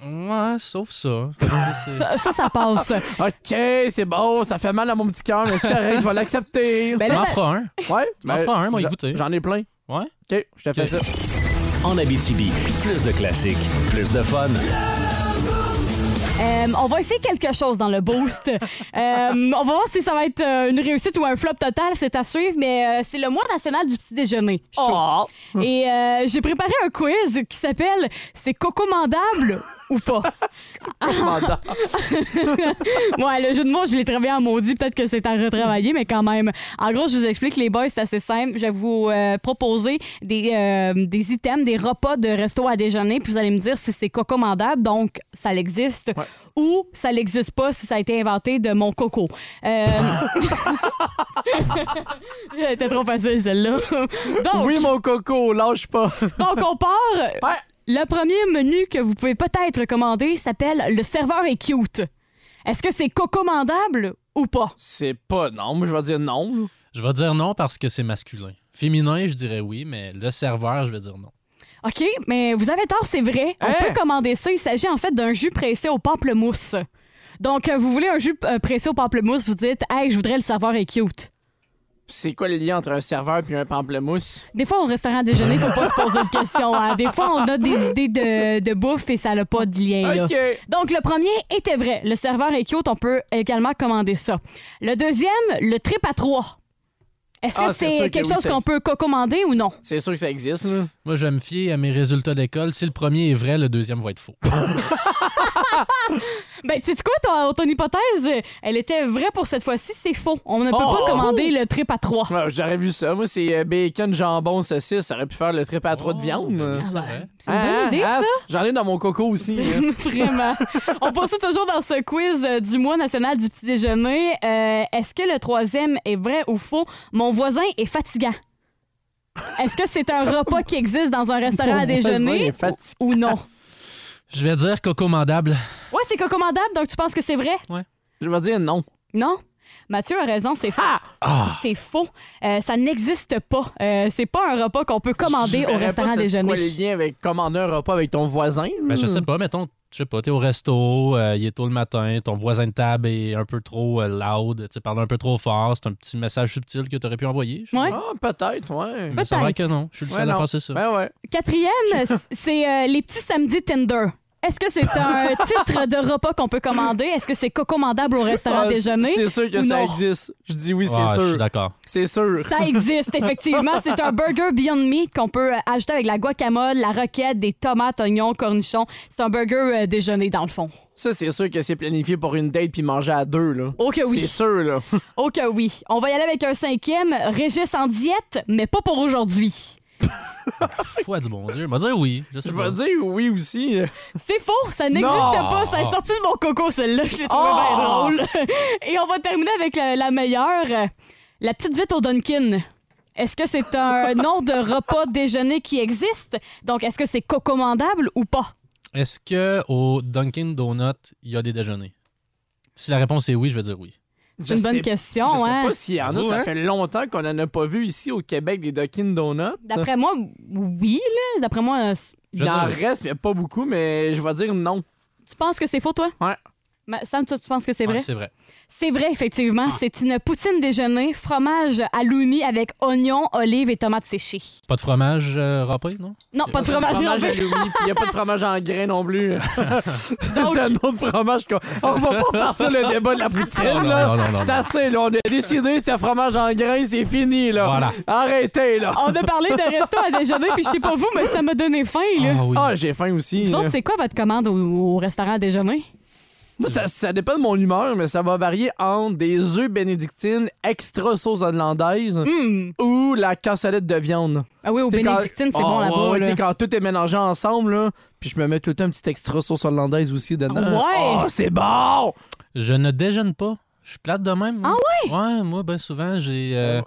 E: sauf ça.
C: Ça, ça, ça passe.
D: OK, c'est bon, ça fait mal à mon petit cœur, mais c'est correct, je vais l'accepter.
C: Ben Tu là, m'en ben- feras
E: un. hein.
D: Ouais.
B: m'en
D: ben,
B: feras un, moi,
D: j'en-
B: écoutez.
D: J'en ai plein.
E: Ouais.
D: OK, je te fais ça.
B: En Abitibi, plus de classiques, plus de fun.
C: Euh, on va essayer quelque chose dans le boost. Euh, on va voir si ça va être euh, une réussite ou un flop total, c'est à suivre, mais euh, c'est le mois national du petit déjeuner. chaud.
D: Oh, Mm.
C: Et euh, j'ai préparé un quiz qui s'appelle C'est cocomandable ou pas? ouais, le jeu de mots, je l'ai travaillé en maudit. Peut-être que c'est à retravailler, mais quand même. En gros, je vous explique, les boys, c'est assez simple. Je vais vous euh, proposer des, euh, des items, des repas de resto à déjeuner, puis vous allez me dire si c'est cocommandable, donc ça l'existe, ou ça n'existe pas si ça a été inventé de mon coco. Euh... Elle était trop facile, celle-là. donc,
D: Oui, mon coco, lâche pas.
C: donc, on part. Le premier menu que vous pouvez peut-être commander s'appelle Le serveur est cute. Est-ce que c'est commandable ou pas?
D: C'est pas non, moi je vais dire non.
E: Je vais dire non parce que c'est masculin. Féminin, je dirais oui, mais le serveur, je vais dire non.
C: OK, mais vous avez tort, c'est vrai. On
E: Hein?
C: peut commander ça. Il s'agit en fait d'un jus pressé au pamplemousse. Donc, euh, vous voulez un jus euh, pressé au pamplemousse, vous dites « Hey, je voudrais le serveur est cute
D: C'est quoi le lien entre un serveur puis un pamplemousse? ».
C: Des fois, au restaurant à déjeuner, faut pas se poser de questions. hein. Des fois, on a des idées de, de bouffe et ça n'a pas de lien. là.
L: OK.
C: Donc, le premier était vrai. Le serveur est cute, on peut également commander ça. Le deuxième, le trip à trois. Est-ce que
D: Ah, c'est sûr
C: c'est
D: que
C: quelque
D: oui,
C: chose
D: ça
C: qu'on peut commander ou non?
D: C'est sûr que ça existe, là.
E: Moi, je vais me fier à mes résultats d'école. Si le premier est vrai, le deuxième va être faux.
C: Ben, tu sais quoi, ton, ton hypothèse, elle était vraie pour cette fois-ci, c'est faux. On ne peut
D: Oh!
C: pas commander le trip à trois.
D: Ouais, J'aurais vu ça. Moi, c'est euh, bacon, jambon, saucisse. Ça aurait pu faire le trip à trois de viande.
C: Oh, ben, c'est une bonne
D: Hein,
C: idée,
D: hein,
C: ça.
D: J'en ai dans mon coco aussi. hein.
C: Vraiment. On poursuit toujours dans ce quiz euh, du mois national du petit déjeuner. Euh, Est-ce que le troisième est vrai ou faux? Mon voisin est fatigant. Est-ce que c'est un repas qui existe dans un restaurant
E: Mon
C: à
E: voisin
C: déjeuner
E: est fatigant.
C: ou ou non?
E: Je vais dire cocommandable.
C: Ouais, c'est commandable, donc tu penses que c'est vrai?
E: Ouais.
D: Je vais dire non.
C: Non? Mathieu a raison, c'est faux.
E: Ah!
C: C'est faux. Euh, ça n'existe pas. Euh, c'est pas un repas qu'on peut commander
D: Je
C: au
D: verrais
C: restaurant
D: pas
C: à
D: ça, C'est
C: déjeuner.
D: quoi le lien avec commander un repas avec ton voisin?
E: Ben, je sais pas, mettons, je sais pas, t'es au resto, euh, il est tôt le matin, ton voisin de table est un peu trop euh, loud, tu parles un peu trop fort, c'est un petit message subtil que t'aurais pu envoyer. je-
C: Ouais.
D: Ah, peut-être, ouais.
E: Mais ça va que non, je suis le seul
D: Ouais,
E: à
D: non.
E: penser ça.
D: Ben ouais.
C: Quatrième, c'est euh, les petits samedis Tinder. Est-ce que c'est un titre de repas qu'on peut commander? Est-ce que c'est commandable au restaurant
D: Ah,
C: à déjeuner?
D: C'est sûr que
C: ou
D: ça
C: non?
D: existe. Je dis oui, c'est
E: Ouais,
D: sûr.
E: Je suis d'accord.
D: C'est sûr.
C: Ça existe, effectivement. C'est un burger Beyond Meat qu'on peut euh, ajouter avec la guacamole, la roquette, des tomates, oignons, cornichons. C'est un burger euh, déjeuner, dans le fond.
D: Ça, c'est sûr que c'est planifié pour une date puis manger à deux, là.
C: Oh que oui.
D: C'est sûr, là.
C: Oh que oui. On va y aller avec un cinquième. Régis en diète, mais pas pour aujourd'hui.
E: Foi du bon Dieu. Je vais dire oui. Je, sais
D: Je
E: pas.
D: vais dire oui aussi.
C: C'est faux, ça n'existe
E: Non.
C: pas. Ça est sorti de mon coco, celle-là. Je l'ai trouvé
L: Oh.
C: bien drôle. Et on va terminer avec la, la meilleure, euh, la petite vite au Dunkin. Est-ce que c'est un nom de repas déjeuner qui existe? Donc, est-ce que c'est commandable ou pas?
E: Est-ce que au Dunkin' Donut, il y a des déjeuners? Si la réponse est oui, je vais dire oui.
C: C'est une bonne question,
D: Je sais
C: hein.
D: pas s'il y en a.
E: Bravo,
D: Ça
E: hein.
D: fait longtemps qu'on en a pas vu ici au Québec des Dunkin' Donuts.
C: D'après moi, oui. là. D'après moi, euh, c-
D: Il en reste, mais pas beaucoup, mais je vais dire non.
C: tu penses que c'est faux, toi?
D: Ouais.
C: Ma- Sam, toi, tu penses que c'est vrai?
E: vrai.
C: C'est vrai, effectivement. C'est une poutine déjeuner, fromage halloumi avec oignons, olives et tomates séchées.
E: Pas de fromage euh, râpé, non?
C: Non, pas de fromage
D: fromage
C: râpé.
D: à l'oubli, puis Il n'y a pas de fromage en grain non plus. c'est un autre fromage. qu'on- On va pas partir le débat
C: Ah,
D: de la poutine.
E: Non, non,
D: là.
E: non, non, non,
D: c'est
E: non.
D: assez. Là. On a décidé c'était fromage en grain, c'est fini. Là.
E: Voilà.
D: Arrêtez. Là.
C: On a parlé de resto à déjeuner, puis je sais pas vous, mais ça m'a donné faim, là.
D: Ah, j'ai faim aussi.
C: Vous
D: là.
C: autres, c'est quoi votre commande au, au restaurant à déjeuner?
D: Moi, ça, ça dépend de mon humeur, mais ça va varier entre des œufs bénédictines extra sauce hollandaise
C: Mm.
D: ou la cassolette de viande.
C: Hmm. Ah oui, aux
D: T'sais, quand-
C: bénédictines, c'est
D: Ah,
C: bon
D: ouais,
C: là-bas.
D: ouais,
C: là.
D: t'sais, quand tout est mélangé ensemble, là, puis je me mets tout le temps un petit extra sauce hollandaise aussi dedans.
C: Ouais.
D: Oh, c'est bon!
E: Je ne déjeune pas. Je suis plate de même. moi.
C: Ah
E: Ouais, moi, bien souvent, j'ai euh,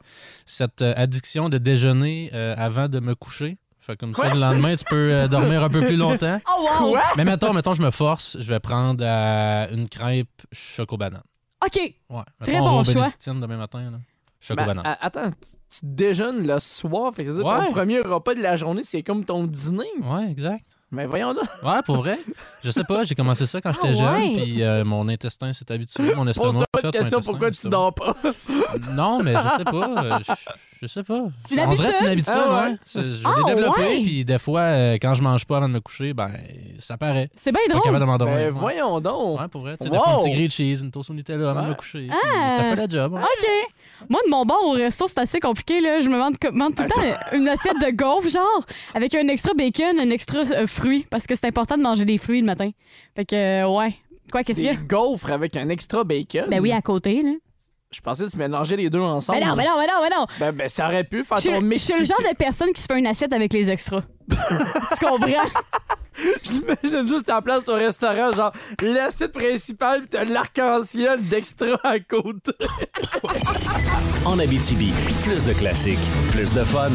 E: cette euh, addiction de déjeuner euh, avant de me coucher. Fait comme
C: Quoi?
E: ça, le lendemain, tu peux euh, dormir un peu plus longtemps.
C: Oh, wow. Quoi?
E: Mais mettons, mettons, je me force, je vais prendre euh, une crêpe choco-banane.
C: OK.
E: Ouais.
C: Très
E: Mettons, on
C: bon
E: va aux
C: choix. Bah,
E: bénédictines demain matin. là. Choco
D: Ben,
E: banane.
D: a- attends, tu déjeunes le soir, fait que c'est ça,
E: Ouais.
D: ton premier repas de la journée, c'est comme ton dîner.
C: euh,
E: Ouais, exact.
D: Mais voyons là.
E: Ouais, pour vrai. Je sais pas, j'ai commencé ça quand j'étais
D: Ah ouais?
E: jeune, puis euh, mon intestin s'est habitué, mon estomac. en
D: Pose-toi pas
E: fait,
D: de
E: mon
D: question
E: intestin,
D: pourquoi tu
E: estomac.
D: dors pas.
E: Non, mais je sais pas. euh, je, je sais pas.
D: C'est une
E: On dirait que c'est une
D: habitude?
E: habitude,
D: Ah ouais?
E: ouais. C'est- Je
D: Ah
E: l'ai développé,
D: ouais?
E: puis des fois, euh, quand je mange pas avant de me coucher, ben, ça paraît.
C: C'est bien
E: Je suis pas
C: drôle.
E: capable de m'endormir.
D: Ben
E: Ouais.
D: voyons donc.
E: Ouais, pour vrai. Tu sais, des fois, un petit grilled cheese, une toast au Nutella avant de me
D: Ouais.
E: coucher. puis
C: Ah!
E: Ça fait la job. hein.
C: OK. Moi, de mon bord au resto, c'est assez compliqué. Là. Je me demande co- demande tout le temps une assiette de gaufres, genre, avec un extra bacon, un extra euh, fruit, parce que c'est important de manger des fruits le matin. Fait que, euh, ouais. Quoi, qu'est-ce qu'il y
D: Des
C: a?
D: gaufres avec un extra bacon.
C: Ben oui, à côté, là.
D: Je pensais que tu mélangeais les deux ensemble.
C: Mais non, mais non, mais non, mais non.
D: Ben, ben, ça aurait pu faire
C: Je suis
D: ton
C: je
D: mix.
C: suis le genre de personne qui se fait une assiette avec les extras. tu comprends?
D: J'imagine juste ta place au restaurant, genre l'assiette principale, pis t'as l'arc-en-ciel d'extra à côté.
B: En Abitibi, plus de classiques, plus de fun.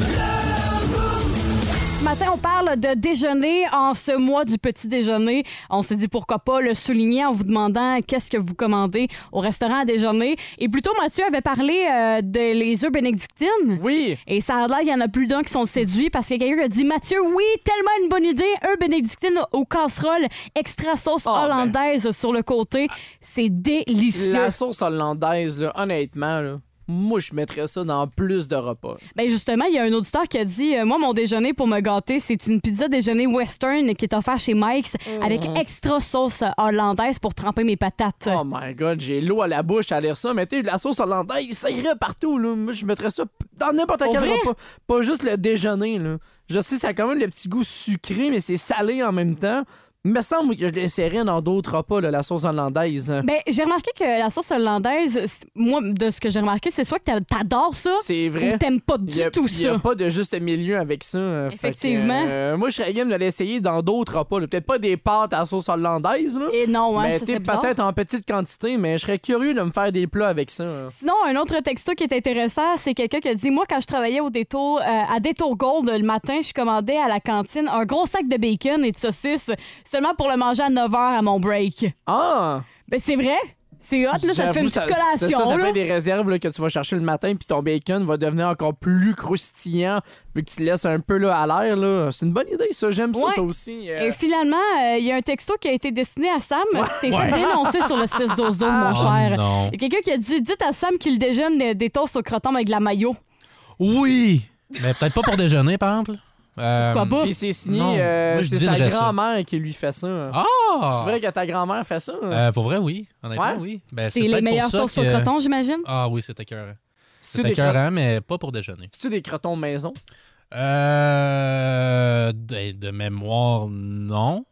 C: Ce matin, on parle de déjeuner en ce mois du petit déjeuner. On s'est dit pourquoi pas le souligner en vous demandant qu'est-ce que vous commandez au restaurant à déjeuner. Et plutôt, Mathieu avait parlé euh, de les œufs bénédictines.
D: Oui.
C: Et ça a l'air qu'il y en a plus d'un qui sont séduits parce qu'il y a quelqu'un qui a dit Mathieu, oui, tellement une bonne idée. œufs bénédictines aux casseroles, extra sauce
D: Ah, ben.
C: hollandaise sur le côté. C'est délicieux.
D: La sauce hollandaise, là, honnêtement, là, moi, je mettrais ça dans plus de repas.
C: Ben justement, il y a un auditeur qui a dit euh, Moi, mon déjeuner pour me gâter, c'est une pizza déjeuner western qui est offerte chez Mike's
D: Mm.
C: avec extra sauce euh, hollandaise pour tremper mes patates.
D: Oh my god, j'ai l'eau à la bouche à lire ça, mais tu sais, la sauce hollandaise, ça irait partout, là. Moi, je mettrais ça p- dans n'importe
C: Pour
D: quel
C: vrai?
D: repas. Pas juste le déjeuner, là. Je sais, ça a quand même le petit goût sucré, mais c'est salé en même temps. Il me semble que je l'essaierais dans d'autres repas, là, la sauce hollandaise.
C: Ben, j'ai remarqué que la sauce hollandaise, c'est- moi, de ce que j'ai remarqué, c'est soit que t'a- t'adores ça
D: C'est vrai.
C: ou t'aimes pas
D: Il y
C: du
D: a-
C: tout
D: Il n'y a
C: ça.
D: pas de juste milieu avec ça. euh, fait que,
C: Effectivement.
D: euh, moi, je serais game de l'essayer dans d'autres repas. là. Peut-être pas des pâtes à sauce hollandaise. Là,
C: Et non, hein,
D: mais
C: ça
D: t'sais,
C: serait bizarre.
D: peut-être en petite quantité, mais je serais curieux de me faire des plats avec ça. euh.
C: Sinon, un autre texto qui est intéressant, c'est quelqu'un qui a dit Moi, quand je travaillais au détour, euh, à Détour Gold le matin, je commandais à la cantine un gros sac de bacon et de saucisses seulement pour le manger à 9 h à mon break.
D: Ah!
C: Ben, c'est vrai. C'est hot, là, ça te fait une
D: J'avoue,
C: petite
D: c'est
C: collation.
D: Ça, ça
C: là.
D: fait des réserves là, que tu vas chercher le matin, puis ton bacon va devenir encore plus croustillant vu que tu le laisses un peu là, à l'air. là. C'est une bonne idée, ça. J'aime ça,
C: Ouais.
D: ça aussi. euh.
C: Et finalement, euh, il y a un texto qui a été destiné à Sam. Tu t'es fait
D: Ouais. Ah.
C: dénoncer sur le 6-12-12, mon
E: Oh
C: cher.
E: non.
C: Il y a quelqu'un qui a dit Dites à Sam qu'il déjeune des, des toasts au croton avec de la mayo.
E: Oui! Mais peut-être pas pour déjeuner, par exemple. Euh,
C: Pourquoi pas?
D: Puis c'est signé,
E: non,
D: euh,
E: moi, je
D: c'est sa
E: dînerais ça.
D: grand-mère qui lui fait ça.
E: Ah!
D: C'est vrai que ta grand-mère fait ça. hein?
E: Euh, pour vrai, oui. Honnêtement,
D: Ouais.
E: oui. Ben,
C: c'est
E: peut-être
C: les
E: pour
C: meilleurs
E: ça
C: toasts au
E: que-
C: croton, j'imagine.
E: Ah oui, c'était écœurant.
D: C'est-tu
E: C'était
D: des cro-
E: écœurant, mais pas pour déjeuner.
D: C'est-tu des crotons maison?
E: Euh, de, de mémoire, non.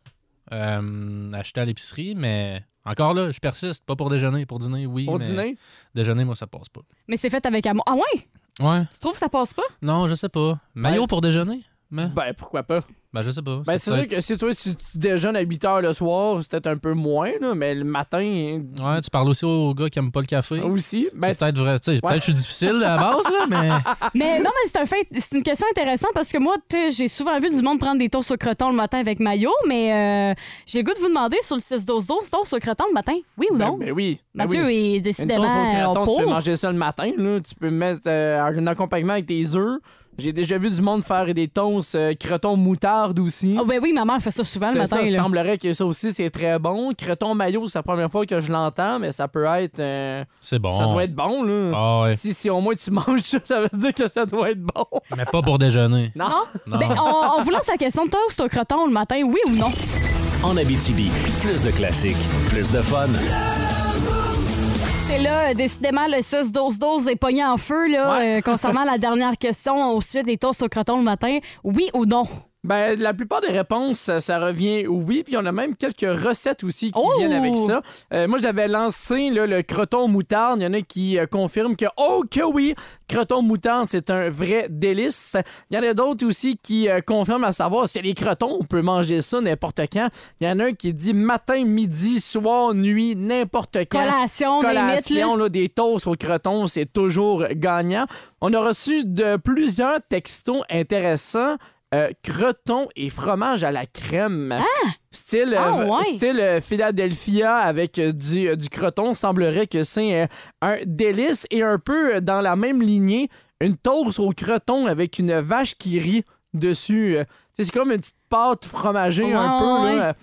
E: Euh, acheté à l'épicerie, mais encore là, je persiste. Pas pour déjeuner, pour dîner, oui.
D: Pour
E: mais
D: dîner?
E: Déjeuner, moi, ça passe pas.
C: Mais c'est fait avec amour. Ah ouais
E: Ouais.
C: Tu trouves que ça passe pas
E: Non, je sais pas. Maillot
D: Ouais.
E: pour déjeuner? Mais...
D: Ben, pourquoi pas?
E: Ben, je sais pas. Ça
D: Ben, c'est
E: peut
D: sûr
E: être-
D: que si toi, si tu déjeunes à 8 h le soir, c'est peut-être un peu moins, là, mais le matin
E: Ouais, tu parles aussi aux gars qui aiment pas le café.
D: aussi. Ben,
E: C'est peut-être vrai. Tu sais, Peut-être que je suis difficile à la base, là, mais.
C: Mais non, mais c'est un fait. C'est une question intéressante parce que moi, tu sais, j'ai souvent vu du monde prendre des toasts au croton le matin avec mayo, mais euh, j'ai le goût de vous demander sur le 6-12-12, toasts au croton le matin, oui ou
D: ben,
C: non
D: ben oui. ben
C: Mathieu
D: oui.
C: est
D: Une toast au
C: décidément euh,
D: craton, tu peux
C: pour.
D: manger ça le matin, là. Tu peux mettre euh, un accompagnement avec tes œufs. J'ai déjà vu du monde faire des toasts euh, croton moutarde aussi.
C: Ah ben oui, ma mère fait ça souvent le
D: C'est
C: matin.
D: ça, il
C: là.
D: semblerait que ça aussi, c'est très bon. Creton maillot, c'est la première fois que je l'entends, mais ça peut être. euh,
E: C'est bon.
D: Ça doit être bon, là.
E: Ah ouais.
D: si, si au moins tu manges ça, ça veut dire que ça doit être bon.
E: Mais pas pour déjeuner.
D: Non?
E: Non.
C: Ben, on, on vous lance la question toast au croton le matin, oui ou non?
B: En Abitibi, plus de classiques, plus de fun.
C: C'est là, euh, décidément, le 6-12-12 est pogné en feu, là, euh, concernant la dernière question au sujet des toasts au croton le matin, oui ou non?
D: Ben, la plupart des réponses, ça, ça revient oui. Puis on a même quelques recettes aussi qui
C: Oh!
D: viennent avec ça. Euh, moi, j'avais lancé là, le croton moutarde. Il y en a qui euh, confirment que, oh que oui, croton moutarde, c'est un vrai délice. Il y en a d'autres aussi qui euh, confirment à savoir, est-ce que les crotons, on peut manger ça n'importe quand? Il y en a un qui dit matin, midi, soir, nuit, n'importe quand.
C: Collation, limite, là.
D: Collation, là, des toasts au croton, c'est toujours gagnant. On a reçu de plusieurs textos intéressants. euh, croton et fromage à la crème. Style, euh,
C: Ah, ouais.
D: style euh, Philadelphia avec euh, du, euh, du croton. Semblerait que c'est euh, un délice et un peu euh, dans la même lignée, une toast au croton avec une vache qui rit dessus. Euh, tu sais, C'est comme une petite pâte fromagée un
M: Ouais,
D: peu.
M: ouais, ouais.
D: là, euh,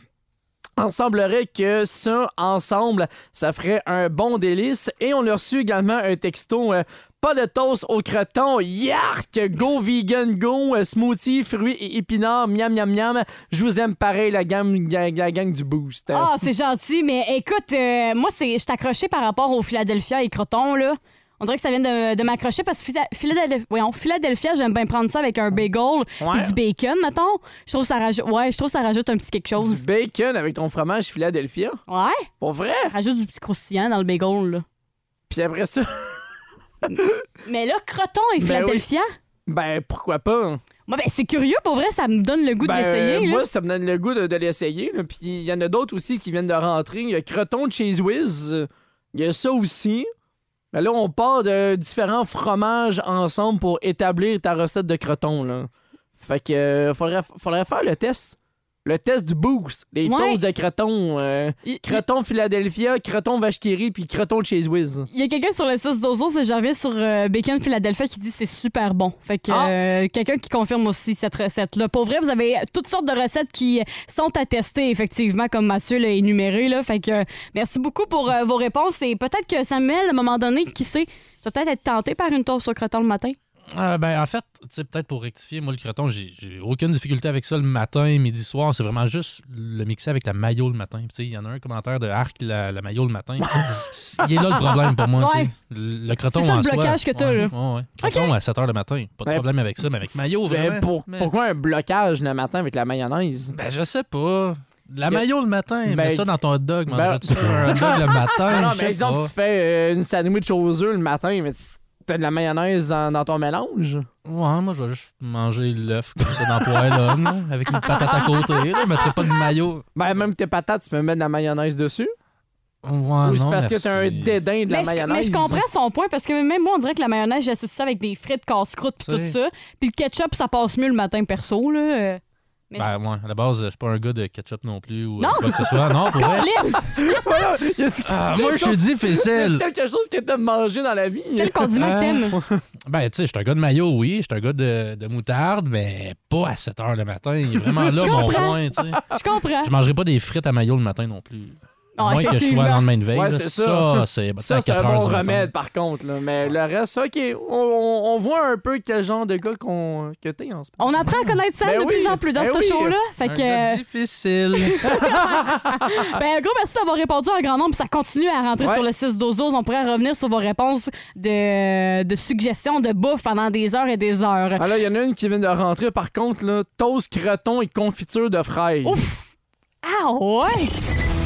D: on semblerait que ça, ensemble, ça ferait un bon délice. Et on a reçu également un texto. euh, pas de toast au croton, yark! Go vegan, go! euh, smoothie, fruits et épinards, miam, miam, miam. Je vous aime pareil, la gang, la, la gang du boost.
C: Ah, c'est gentil, mais écoute, euh, moi, c'est, je suis accrochée par rapport au Philadelphia et Croton, là. On dirait que ça vient de, de m'accrocher parce que Phila- Philadel- voyons, Philadelphia, j'aime bien prendre ça avec un bagel
D: Ouais.
C: et du bacon, mettons. Je trouve, que ça rajoute, ouais, je trouve que ça rajoute un petit quelque chose.
D: Du bacon avec ton fromage Philadelphia.
C: Ouais.
D: Pour vrai?
C: Rajoute du petit croustillant dans le bagel, là.
D: Puis après ça.
C: Mais là, Croton et
D: Ben
C: Philadelphia?
D: Ben, pourquoi pas?
C: Moi, ben, c'est curieux, pour vrai, ça me donne le goût
D: Ben,
C: de l'essayer.
D: euh,
C: là.
D: Moi, ça me donne le goût de, de l'essayer. là. Puis il y en a d'autres aussi qui viennent de rentrer. Il y a Croton de chez Wiz. Il y a ça aussi. Mais là, on part de différents fromages ensemble pour établir ta recette de croton. Là. Fait que euh, faudrait, faudrait faire le test. Le test du boost. Les
C: Ouais.
D: toasts de croton. euh, croton Philadelphia, croton Vachkiri, puis croton de chez Wiz.
C: Il y a quelqu'un sur le 6 d'Ozo, c'est je reviens sur euh, Bacon Philadelphia qui dit c'est super bon. Fait que
D: Ah!
C: euh, quelqu'un qui confirme aussi cette recette-là. Pour vrai, vous avez toutes sortes de recettes qui sont à tester, effectivement, comme Mathieu l'a énuméré. Là. Fait que euh, merci beaucoup pour euh, vos réponses. Et peut-être que Samuel, à un moment donné, qui sait, tu vas peut-être être tenté par une toast au croton le matin.
E: Ah, ben, en fait, tu sais, peut-être pour rectifier, moi, le croton, j'ai j'ai aucune difficulté avec ça le matin, midi, soir. C'est vraiment juste le mixer avec la maillot le matin. Puis, Tu sais, il y en a un commentaire de Arc, la, la maillot le matin. il est là le problème pour moi. tu sais.
C: Ouais.
E: Le le croton
C: C'est ça,
E: en
C: le
E: soi.
C: blocage que t'as,
E: Ouais,
C: là.
E: ouais, ouais. Croton à 7 h le matin. Pas de
D: Ben,
E: problème avec ça, mais avec maillot,
D: Ben,
E: vraiment.
D: pour-
E: Mais-
D: Pourquoi un blocage le matin avec la mayonnaise?
E: Ben, je sais pas. La
D: Parce que-
E: maillot le matin,
D: Ben,
E: mets ça dans ton hot dog.
D: Ben-
E: mangerais-tu un hot dog le matin.
D: Non,
E: Ah, Je
D: mais
E: sais
D: exemple,
E: pas.
D: tu fais euh, une sandwich aux œufs le matin, mais tu- t'as de la mayonnaise dans, dans ton mélange.
E: Ouais, moi, je vais juste manger l'œuf comme ça dans le poêle, là, non? avec une patate à côté. Là, je mettrais pas de maillot.
D: Ben, même tes patates, tu peux mettre de la mayonnaise dessus.
E: Ouais,
D: Ou c'est
E: Ah non,
D: parce que
E: merci.
D: t'as un dédain de la
C: mais, je,
D: mayonnaise.
C: mais je comprends son point parce que même moi, on dirait que la mayonnaise, j'associe ça avec des frites casse-croûte puis tout
E: C'est-
C: ça. Puis le ketchup, ça passe mieux le matin perso. Là. Euh, Mais
E: Ben, ouais, à la base, je suis pas un gars de ketchup non plus ou euh,
C: Non!
E: quoi que ce soit. Non, pour vrai.
C: Colin!
D: Voilà, y a-
E: Ah,
D: y
E: moi,
D: a
E: je
D: quelque
E: suis
D: chose-
E: difficile.
D: y a quelque chose que t'aimes manger dans la vie.
E: Euh, Ben, tu sais, je suis un gars de maillot, oui. Je suis un gars de, de moutarde, mais pas à 7 h le matin. Il est vraiment
C: Je
E: là, mon
C: comprends.
E: point, tu sais.
D: Ah.
C: Je comprends.
E: Je mangerai pas des frites à maillot le matin non plus.
C: Non,
E: À moins que je sois
C: effectivement.
E: le lendemain de veille.
D: Ouais,
E: là.
D: c'est ça.
E: ça, Bah, c'est
D: Ça,
E: à
D: c'est un
E: 4 heures
D: bon
E: du matin.
D: remède, par contre. là. Mais le reste, OK, on, on- on voit un peu quel genre de gars qu'on, que t'es en ce moment.
C: On apprend à connaître Sam
D: Ben
C: de
D: oui,
C: plus en plus dans
D: ben
C: ce
D: oui.
C: show-là. Fait
E: Un
C: que.
E: gars
C: euh,
E: difficile.
C: ben, un gros merci d'avoir répondu à un grand nombre. Ça continue à rentrer
E: Ouais.
C: sur le 6-12-12. On pourrait revenir sur vos réponses de, de suggestions de bouffe pendant des heures et des heures.
D: Ah là, il y en a une qui vient de rentrer, par contre, là, toast, croton et confiture de fraises.
C: Ouf! Ah ouais!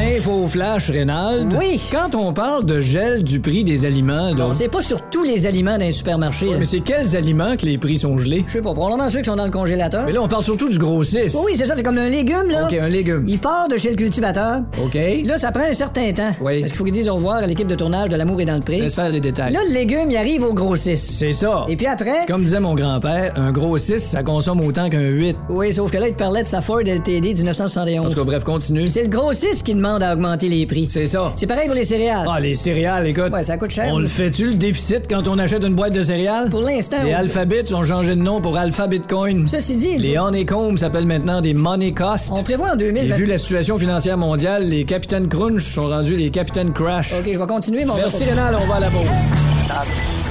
H: Info flash, Reynald. Oui. Quand on parle de gel du prix des aliments, là.
G: C'est pas sur tous les aliments d'un supermarché. là.
H: Mais c'est quels aliments que les prix sont gelés?
G: Je sais pas, probablement ceux qui sont dans le congélateur.
H: Mais là, on parle surtout du grossiste.
G: Oui, c'est ça, c'est comme un légume, là.
H: OK, un légume.
G: Il part de chez le cultivateur.
H: OK.
G: Là, ça prend un certain temps.
H: Oui.
G: Parce qu'il faut qu'ils disent au revoir à l'équipe de tournage de L'amour et dans le prix.
H: Laisse faire les détails.
G: Là, le légume, il arrive au grossiste.
H: C'est ça.
G: Et puis après.
H: Comme disait mon grand-père, un gros 6, ça consomme autant qu'un 8.
G: Oui, sauf que là, il te parlait de sa Ford LTD du 1971.
H: En tout cas, bref, continue.
G: C'est le grossiste qui demande à augmenter les prix.
H: C'est ça.
G: C'est pareil pour les céréales.
H: Ah, les céréales, écoute.
G: Ouais, ça coûte cher.
H: On le fait-tu, le déficit, quand on achète une boîte de céréales?
G: Pour l'instant,
H: Les
G: oui.
H: Alphabets ont changé de nom pour Alpha Bitcoin.
G: Ceci dit, il
H: Les
G: faut-
H: Honeycomb s'appellent maintenant des Money Cost.
G: on prévoit en
H: Et
G: 2020.
H: vu la situation financière mondiale, les Capitaines Crunch sont rendus les Capitaines Crash.
G: OK, je vais continuer mon
H: Merci, Rénal, on va à la pause.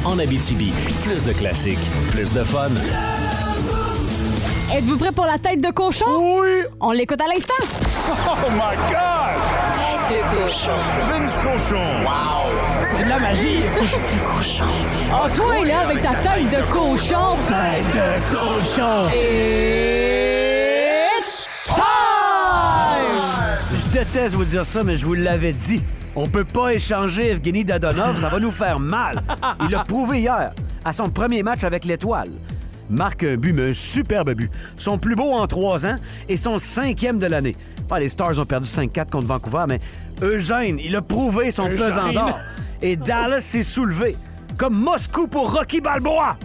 B: En Abitibi, plus de classiques, plus de fun.
C: Êtes-vous prêt pour la tête de cochon?
D: Oui!
C: On l'écoute à l'instant!
L: Oh my God! Tête de cochon. Vince cochon. Wow! C'est de la magie. Tête de cochon.
C: Oh, toi, là, avec ta tête de cochon!
L: Tête de cochon. It's time!
N: Je déteste vous dire ça, mais je vous l'avais dit. On peut pas échanger Evgeny Dadonov, ça va nous faire mal. Il l'a prouvé hier, à son premier match avec l'Étoile. marque un but, mais un superbe but. Son plus beau en trois ans et son cinquième de l'année. Ah, les Stars ont perdu 5-4 contre Vancouver, mais Eugène, il a prouvé son
L: Eugène.
N: pesant d'or. Et Dallas s'est soulevé, comme Moscou pour Rocky Balboa.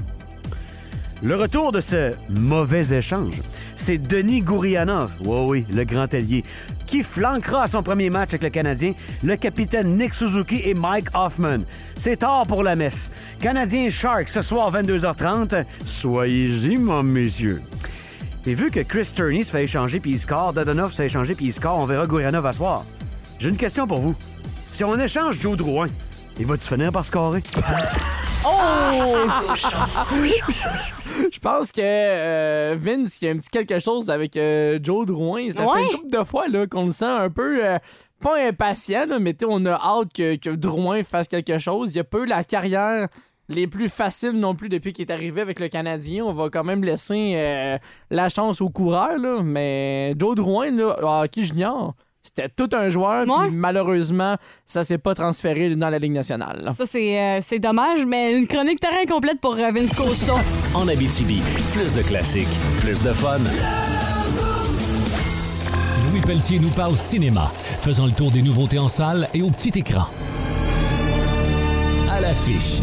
N: Le retour de ce mauvais échange, c'est Denis Gourianov, oui, oui, le grand ailier, qui flanquera à son premier match avec le Canadien le capitaine Nick Suzuki et Mike Hoffman. C'est tard pour la messe. Canadien Shark ce soir 22h30. Soyez-y, mon messieurs. Et vu que Chris Turney se fait échanger puis il score, Dadonov se fait échanger puis il score, on verra Gourianov à soir. J'ai une question pour vous. Si on échange Joe Drouin, il va-tu finir par scorer?
D: Oh! Je pense que euh, Vince, il y a un petit quelque chose avec euh, Joe Drouin. Ça
L: Ouais.
D: fait une couple de fois là, qu'on le sent un peu. euh, pas impatient, là, mais tu sais, on a hâte que, que Drouin fasse quelque chose. Il a peu la carrière les plus faciles non plus depuis qu'il est arrivé avec le Canadien. On va quand même laisser euh, la chance aux coureurs. Là, mais Joe Drouin, là, à qui j'ignore, c'était tout un joueur. puis Malheureusement, ça s'est pas transféré dans la Ligue nationale. là.
C: Ça, c'est euh, c'est dommage, mais une chronique terrain complète pour euh, Vince Cochon.
B: En Abitibi, plus de classiques, plus de fun.
F: Louis Pelletier nous parle cinéma, faisant le tour des nouveautés en salle et au petit écran. À l'affiche.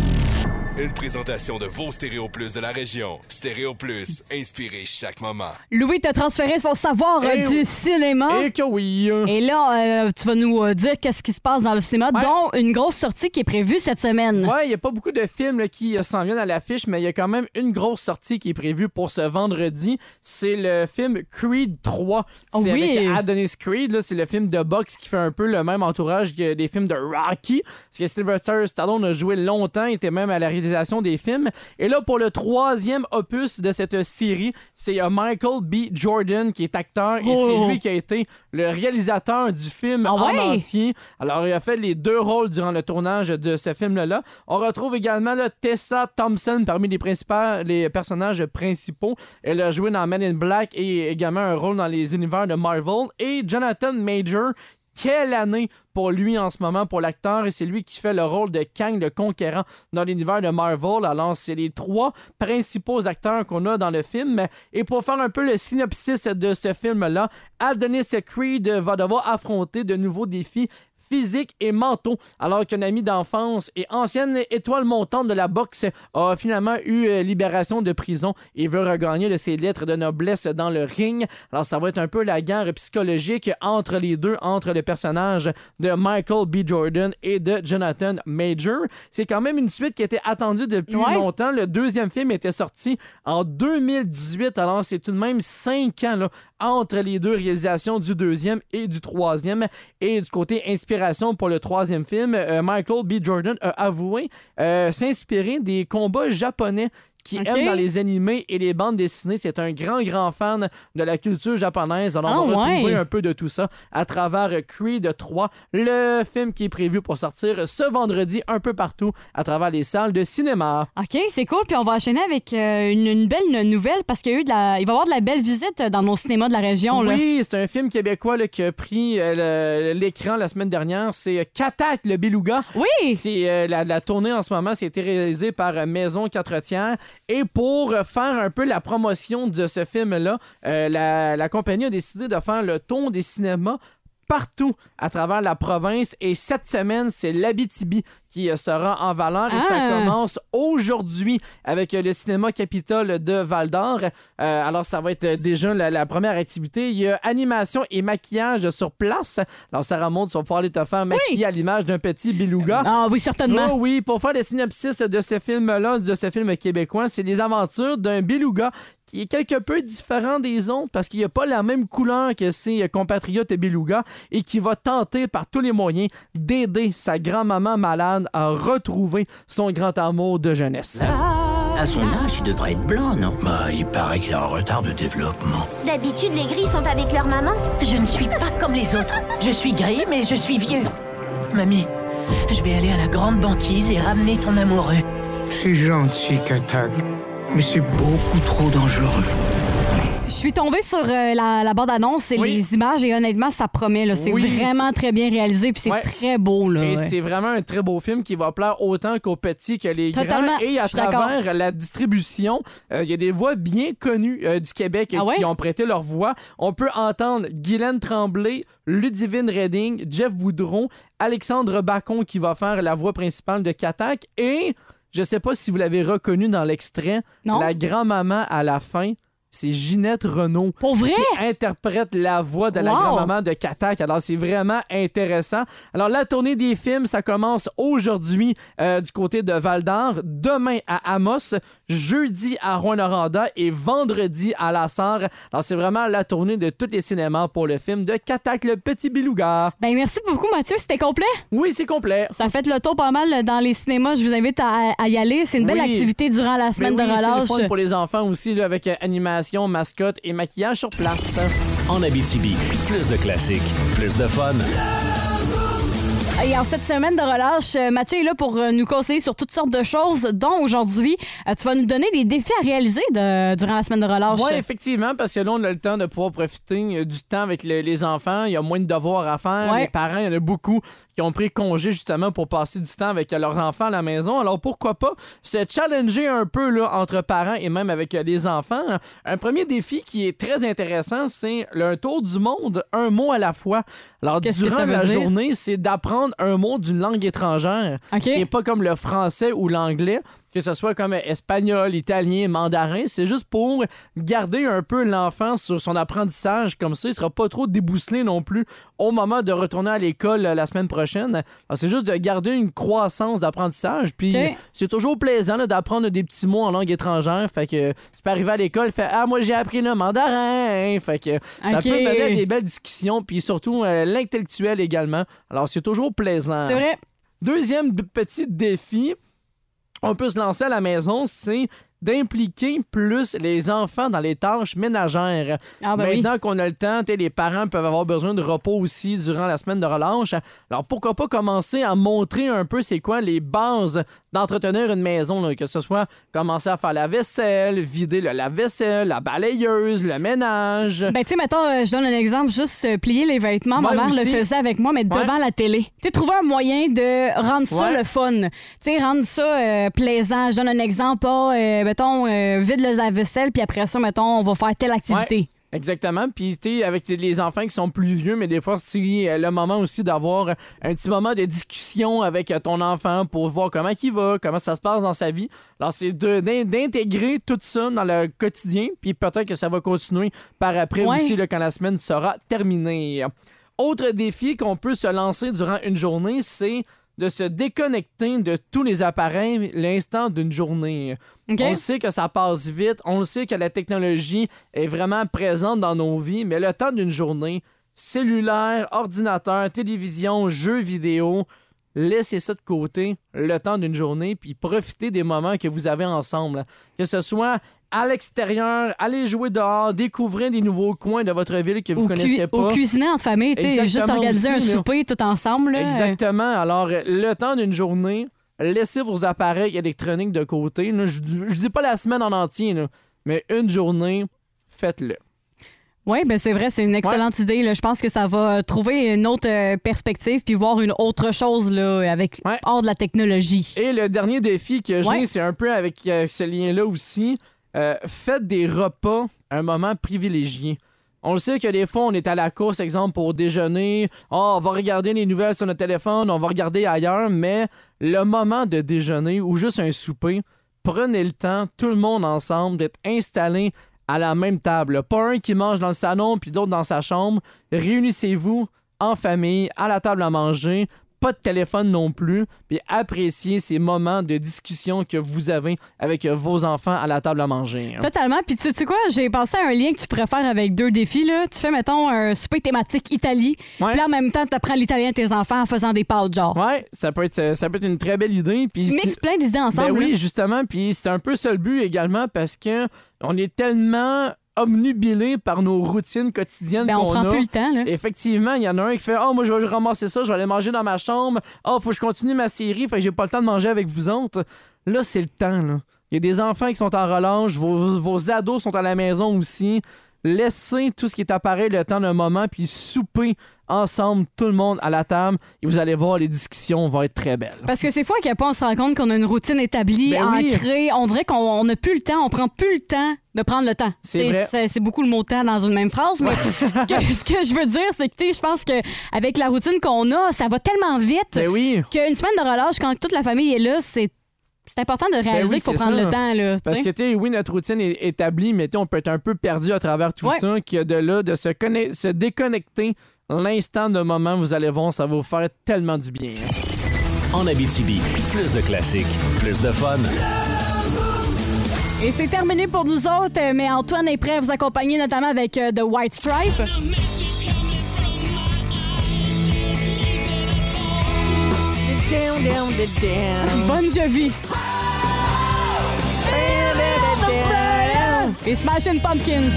M: Une présentation de vos Stéréo Plus de la région. Stéréo Plus, inspirez chaque moment.
C: Louis t'a transféré son savoir euh,
M: Eh
C: du
M: oui.
C: cinéma.
D: Et que oui.
C: Et là, euh, tu vas nous euh, dire qu'est-ce qui se passe dans le cinéma, dont une grosse sortie qui est prévue cette semaine.
D: Ouais, il n'y a pas beaucoup de films là, qui euh, s'en viennent à l'affiche, mais il y a quand même une grosse sortie qui est prévue pour ce vendredi. C'est le film Creed 3.
C: Oh
D: c'est
C: oui.
D: avec Adonis Creed. là. C'est le film de boxe qui fait un peu le même entourage que les films de Rocky. Parce que Sylvester Stallone a joué longtemps, était même à la réalisation des films. Et là, pour le troisième opus de cette série, c'est euh, Michael B. Jordan qui est acteur et
C: Oh.
D: c'est lui qui a été le réalisateur du film
C: Ah
D: en
C: ouais?
D: entier. Alors, il a fait les deux rôles durant le tournage de ce film-là. On retrouve également là, Tessa Thompson parmi les, principales- les personnages principaux. Elle a joué dans Men in Black et également un rôle dans les univers de Marvel. Et Jonathan Major, quelle année pour lui en ce moment, pour l'acteur, et c'est lui qui fait le rôle de Kang le Conquérant dans l'univers de Marvel. Alors, c'est les trois principaux acteurs qu'on a dans le film. Et pour faire un peu le synopsis de ce film-là, Adonis Creed va devoir affronter de nouveaux défis physique et mentaux, alors qu'un ami d'enfance et ancienne étoile montante de la boxe a finalement eu euh, libération de prison et veut regagner de ses lettres de noblesse dans le ring. Alors ça va être un peu la guerre psychologique entre les deux, entre le personnage de Michael B. Jordan et de Jonathan Major. C'est quand même une suite qui était attendue depuis
C: Ouais.
D: longtemps longtemps. Le deuxième film était sorti en 2018. Alors, c'est tout de même cinq ans là, entre les deux réalisations du deuxième et du troisième. Et du côté inspiration pour le troisième film, euh, Michael B. Jordan a avoué euh, s'inspirer des combats japonais qui
C: Ok.
D: aiment dans les animés et les bandes dessinées. C'est un grand, grand fan de la culture japonaise. Alors, on
C: Ah,
D: va retrouver
C: ouais.
D: un peu de tout ça à travers euh, Creed 3, le film qui est prévu pour sortir ce vendredi un peu partout à travers les salles de cinéma.
C: OK, c'est cool. Puis on va enchaîner avec euh, une, une belle nouvelle parce qu'il y a eu de la... il va y avoir de la belle visite euh, dans nos cinémas de la région. là.
D: Oui, c'est un film québécois là, qui a pris euh, le- l'écran la semaine dernière. C'est euh, Katak, le Beluga.
C: Oui!
D: C'est euh, la, la tournée en ce moment. Ça a été réalisé par euh, Maison 4 tiers. Et pour euh, faire un peu la promotion de ce film-là, euh, la, la compagnie a décidé de faire le ton des cinémas partout à travers la province. Et cette semaine, c'est l'Abitibi qui euh, sera en valeur. Et ça
C: Ah.
D: commence commence aujourd'hui avec euh, le cinéma Capitole de Val d'Or. Euh, alors, ça va être euh, déjà la, la première activité. Il y a animation et maquillage sur place. Alors, Sarah Maud, tu vas pouvoir aller te faire maquiller à l'image d'un petit beluga.
C: Ah oui, certainement.
D: Oh oui, pour faire le synopsis de ce film-là, de ce film québécois, c'est les aventures d'un beluga qui est quelque peu différent des autres parce qu'il n'a pas la même couleur que ses euh, compatriotes beluga et qui va tenter par tous les moyens d'aider sa grand-maman malade à retrouver son grand amour de jeunesse.
O: À son âge, il devrait être blanc, non Bah, il paraît qu'il est en retard de développement.
P: D'habitude, les gris sont avec leur maman.
O: Je ne suis pas comme les autres. Je suis gris, mais je suis vieux. Mamie, je vais aller à la grande banquise et ramener ton amoureux.
Q: C'est gentil, Katak, mais c'est beaucoup trop dangereux.
C: Je suis tombée sur euh, la, la bande-annonce et les images et honnêtement, ça promet. là. C'est
D: Oui,
C: vraiment très bien réalisé puis c'est
D: Ouais.
C: très beau. Là,
D: Et
C: Ah ouais.
D: c'est vraiment un très beau film qui va plaire autant qu'aux petits que les
C: Totalement,
D: grands. Et à
C: je suis d'accord.
D: travers la distribution, euh, il y a des voix bien connues euh, du Québec euh,
C: Ah
D: qui
C: ouais?
D: ont prêté leur voix. On peut entendre Guylaine Tremblay, Ludivine Redding, Jeff Boudron, Alexandre Bacon qui va faire la voix principale de Katak et je sais pas si vous l'avez reconnu dans l'extrait,
C: Non.
D: la grand-maman à la fin. C'est Ginette Renault qui interprète la voix de la
C: Wow!
D: grand-maman de Katak. Alors, c'est vraiment intéressant. Alors, la tournée des films, ça commence aujourd'hui euh, du côté de Val-d'Or, demain à Amos, jeudi à Rouen-Noranda et vendredi à La Sarre. Alors, c'est vraiment la tournée de tous les cinémas pour le film de Katak, le petit bilougar.
C: Ben merci beaucoup Mathieu, c'était complet?
D: Oui, c'est complet.
C: Ça fait le tour pas mal dans les cinémas. Je vous invite à, à y aller. C'est une belle
D: Oui.
C: activité durant la semaine
D: Mais
C: de
D: Ben oui, c'est le
C: relâche.
D: fun pour les enfants aussi, là, avec euh, animation, mascotte et maquillage sur place.
B: En Abitibi, plus de classiques, plus de fun.
C: Et en cette semaine de relâche, euh, Mathieu est là pour euh, nous conseiller sur toutes sortes de choses, dont aujourd'hui, euh, tu vas nous donner des défis à réaliser de- durant la semaine de relâche.
D: Oui, effectivement, parce que là, on a le temps de pouvoir profiter euh, du temps avec le- les enfants. Il y a moins de devoirs à faire.
C: Ouais.
D: Les parents, il y en a beaucoup qui ont pris congé justement pour passer du temps avec euh, leurs enfants à la maison. Alors pourquoi pas se challenger un peu là, entre parents et même avec euh, les enfants. Un premier défi qui est très intéressant, c'est le tour du monde, un mot à la fois. Alors
C: Qu'est-ce que
D: durant
C: ça veut
D: la
C: dire?
D: journée, c'est d'apprendre un mot d'une langue étrangère qui n'est pas comme le français ou l'anglais, que ce soit comme espagnol, italien, mandarin. C'est juste pour garder un peu l'enfant sur son apprentissage. Comme ça, il ne sera pas trop débousselé non plus au moment de retourner à l'école euh, la semaine prochaine. Alors, c'est juste de garder une croissance d'apprentissage. Puis
C: OK.
D: c'est toujours plaisant là, d'apprendre des petits mots en langue étrangère. Fait que tu peux arriver à l'école, fait Ah, moi j'ai appris le mandarin. Fait que ça
C: OK.
D: peut mener à des belles discussions. Puis surtout euh, l'intellectuel également. Alors, c'est toujours plaisant.
C: C'est vrai.
D: Deuxième d- petit défi, on peut se lancer à la maison, c'est d'impliquer plus les enfants dans les tâches ménagères.
C: Ah, ben oui.
D: Maintenant qu'on a le temps, tu sais, les parents peuvent avoir besoin de repos aussi durant la semaine de relâche. Alors pourquoi pas commencer à montrer un peu c'est quoi les bases d'entretenir une maison, là, que ce soit commencer à faire la vaisselle, vider le lave-vaisselle, la balayeuse, le ménage.
C: Ben, tu sais, mettons, euh, je donne un exemple, juste euh, plier les vêtements. Ma
D: Ouais,
C: mère
D: aussi.
C: le faisait avec moi, mais
D: Ouais.
C: devant la télé. Tu sais, trouver un moyen de rendre ça
D: Ouais.
C: le fun. Tu sais, rendre ça euh, plaisant. Je donne un exemple, ah, euh, mettons, euh, vide le lave-vaisselle, puis après ça, mettons, on va faire telle activité.
D: Ouais, exactement. Puis, tu sais, avec les enfants qui sont plus vieux, mais des fois, c'est euh, le moment aussi d'avoir un petit moment de discussion avec euh, ton enfant pour voir comment il va, comment ça se passe dans sa vie. Alors, c'est de- d'in- d'intégrer tout ça dans le quotidien, puis peut-être que ça va continuer par après
C: Ouais.
D: aussi, là, quand la semaine sera terminée. Autre défi qu'on peut se lancer durant une journée, c'est de se déconnecter de tous les appareils l'instant d'une journée.
C: OK.
D: On sait que ça passe vite, on le sait que la technologie est vraiment présente dans nos vies, mais le temps d'une journée, cellulaire, ordinateur, télévision, jeux vidéo, laissez ça de côté le temps d'une journée, puis profitez des moments que vous avez ensemble. Que ce soit à l'extérieur, allez jouer dehors, découvrez des nouveaux coins de votre ville que vous
C: Cu-
D: connaissez pas.
C: Ou cuisiner entre famille, tu sais, juste
D: Exactement
C: organiser
D: aussi,
C: un
D: là.
C: souper tout ensemble. là.
D: Exactement. Alors, euh, le temps d'une journée, laissez vos appareils électroniques de côté. Là, je, je dis pas la semaine en entier, là, mais une journée, faites-le.
C: Oui, ben c'est vrai, c'est une excellente idée. là. Je pense que ça va euh, trouver une autre euh, perspective puis voir une autre chose là, euh, avec hors de la technologie.
D: Et le dernier défi que j'ai,
C: Ouais.
D: c'est un peu avec euh, ce lien-là aussi. Euh, faites des repas un moment privilégié. On le sait que des fois, on est à la course, exemple, pour déjeuner. Ah, on va regarder les nouvelles sur notre téléphone, on va regarder ailleurs, mais le moment de déjeuner ou juste un souper, prenez le temps, tout le monde ensemble, d'être installé à la même table. Pas un qui mange dans le salon, puis l'autre dans sa chambre. Réunissez-vous en famille, à la table à manger, pas de téléphone non plus, puis appréciez ces moments de discussion que vous avez avec vos enfants à la table à manger.
C: Totalement. Puis tu sais- tu sais quoi, j'ai pensé à un lien que tu pourrais faire avec deux défis. Là. Tu fais, mettons, un souper thématique Italie. Puis là, en même temps, tu apprends l'italien à tes enfants en faisant des pâtes, genre.
D: Ouais, ça peut être, ça peut être une très belle idée. Puis
C: Tu
D: c'est-
C: mixes plein d'idées ensemble, hein?
D: Ben oui,
C: là.
D: justement. Puis c'est un peu ça le but également parce que on est tellement omnubilé par nos routines quotidiennes
C: Ben, on
D: qu'on
C: prend
D: a.
C: plus le temps, là.
D: Effectivement, il y en a un qui fait « Oh, moi, je vais ramasser ça, je vais aller manger dans ma chambre. Oh, faut que je continue ma série, fait que j'ai pas le temps de manger avec vous autres. » Là, c'est le temps, là. Il y a des enfants qui sont en relâche, vos, vos ados sont à la maison aussi. laissez tout ce qui est appareil le temps d'un moment, puis soupez ensemble tout le monde à la table, et vous allez voir, les discussions vont être très belles.
C: Parce que c'est fois qu'à pas, on se rend compte qu'on a une routine établie,
D: Ben oui.
C: ancrée. On dirait qu'on on n'a plus le temps, on prend plus le temps de prendre le temps.
D: C'est vrai.
C: c'est beaucoup le mot temps dans une même phrase, mais ce, que, ce que je veux dire, c'est que tu sais, je pense que avec la routine qu'on a, ça va tellement vite
D: Ben
C: qu'une semaine de relâche, quand toute la famille est là, c'est c'est important de
D: Ben
C: réaliser
D: oui,
C: qu'il faut
D: c'est
C: prendre
D: ça. Ben,
C: le temps. Là, tu
D: Parce
C: sais.
D: que, tu sais, oui, notre routine est établie, mais tu sais, on peut être un peu perdu à travers tout
C: Ouais.
D: ça, que de là, de se, conne- se déconnecter l'instant de moment, vous allez voir, ça va vous faire tellement du bien. hein.
B: En Abitibi, plus de classiques, plus de fun.
C: Et c'est terminé pour nous autres, euh, mais Antoine est prêt à vous accompagner notamment avec euh, The White Stripe.
L: Down, down, down.
C: Bonne Jovi. Et Smashing Pumpkins.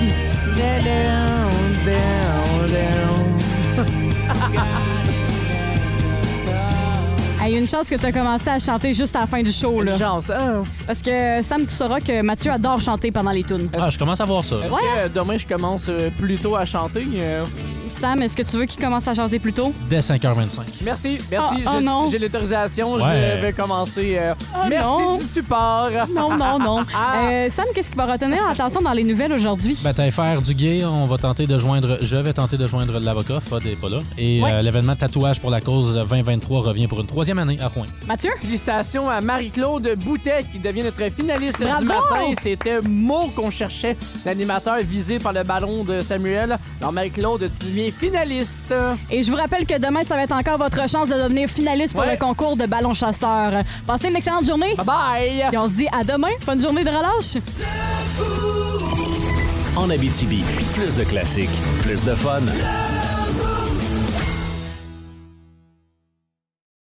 C: Hey, une chance que tu as commencé à chanter juste à la fin du show. Là.
D: chance, hein.
C: Parce que Sam, tu sauras que Mathieu adore chanter pendant les tunes.
E: Ah, je commence à voir ça.
D: Est-ce que euh, demain, je commence euh, plus tôt à chanter? euh?
C: Sam, est-ce que tu veux qu'il commence à chanter plus tôt?
E: Dès 5h25.
D: Merci, merci.
C: Ah, ah,
D: j'ai-
C: non. Ah,
D: J'ai l'autorisation,
E: Ouais.
D: je vais commencer. euh, merci
C: non.
D: du support.
C: Non, non, non. Euh, Sam, qu'est-ce qui va retenir l'attention dans les nouvelles aujourd'hui?
E: Bataille faire du gay, on va tenter de joindre, je vais tenter de joindre l'avocat, Fod n'est pas là. Et
D: Ouais.
E: euh, l'événement Tatouage pour la cause 2023 revient pour une troisième année à Rouen.
C: Mathieu?
D: Félicitations à Marie-Claude Boutet qui devient notre finaliste
C: Bravo!
D: du matin. C'était mot qu'on cherchait, l'animateur visé par le ballon de Samuel. Alors Marie-Claude, tu deviens finaliste.
C: Et je vous rappelle que demain, ça va être encore votre chance de devenir finaliste pour
D: Ouais.
C: le concours de ballon chasseur. Passez une excellente journée. Bye
D: bye.
C: Et on se dit à demain. Bonne journée de relâche.
B: En Abitibi, plus de classiques, plus de fun.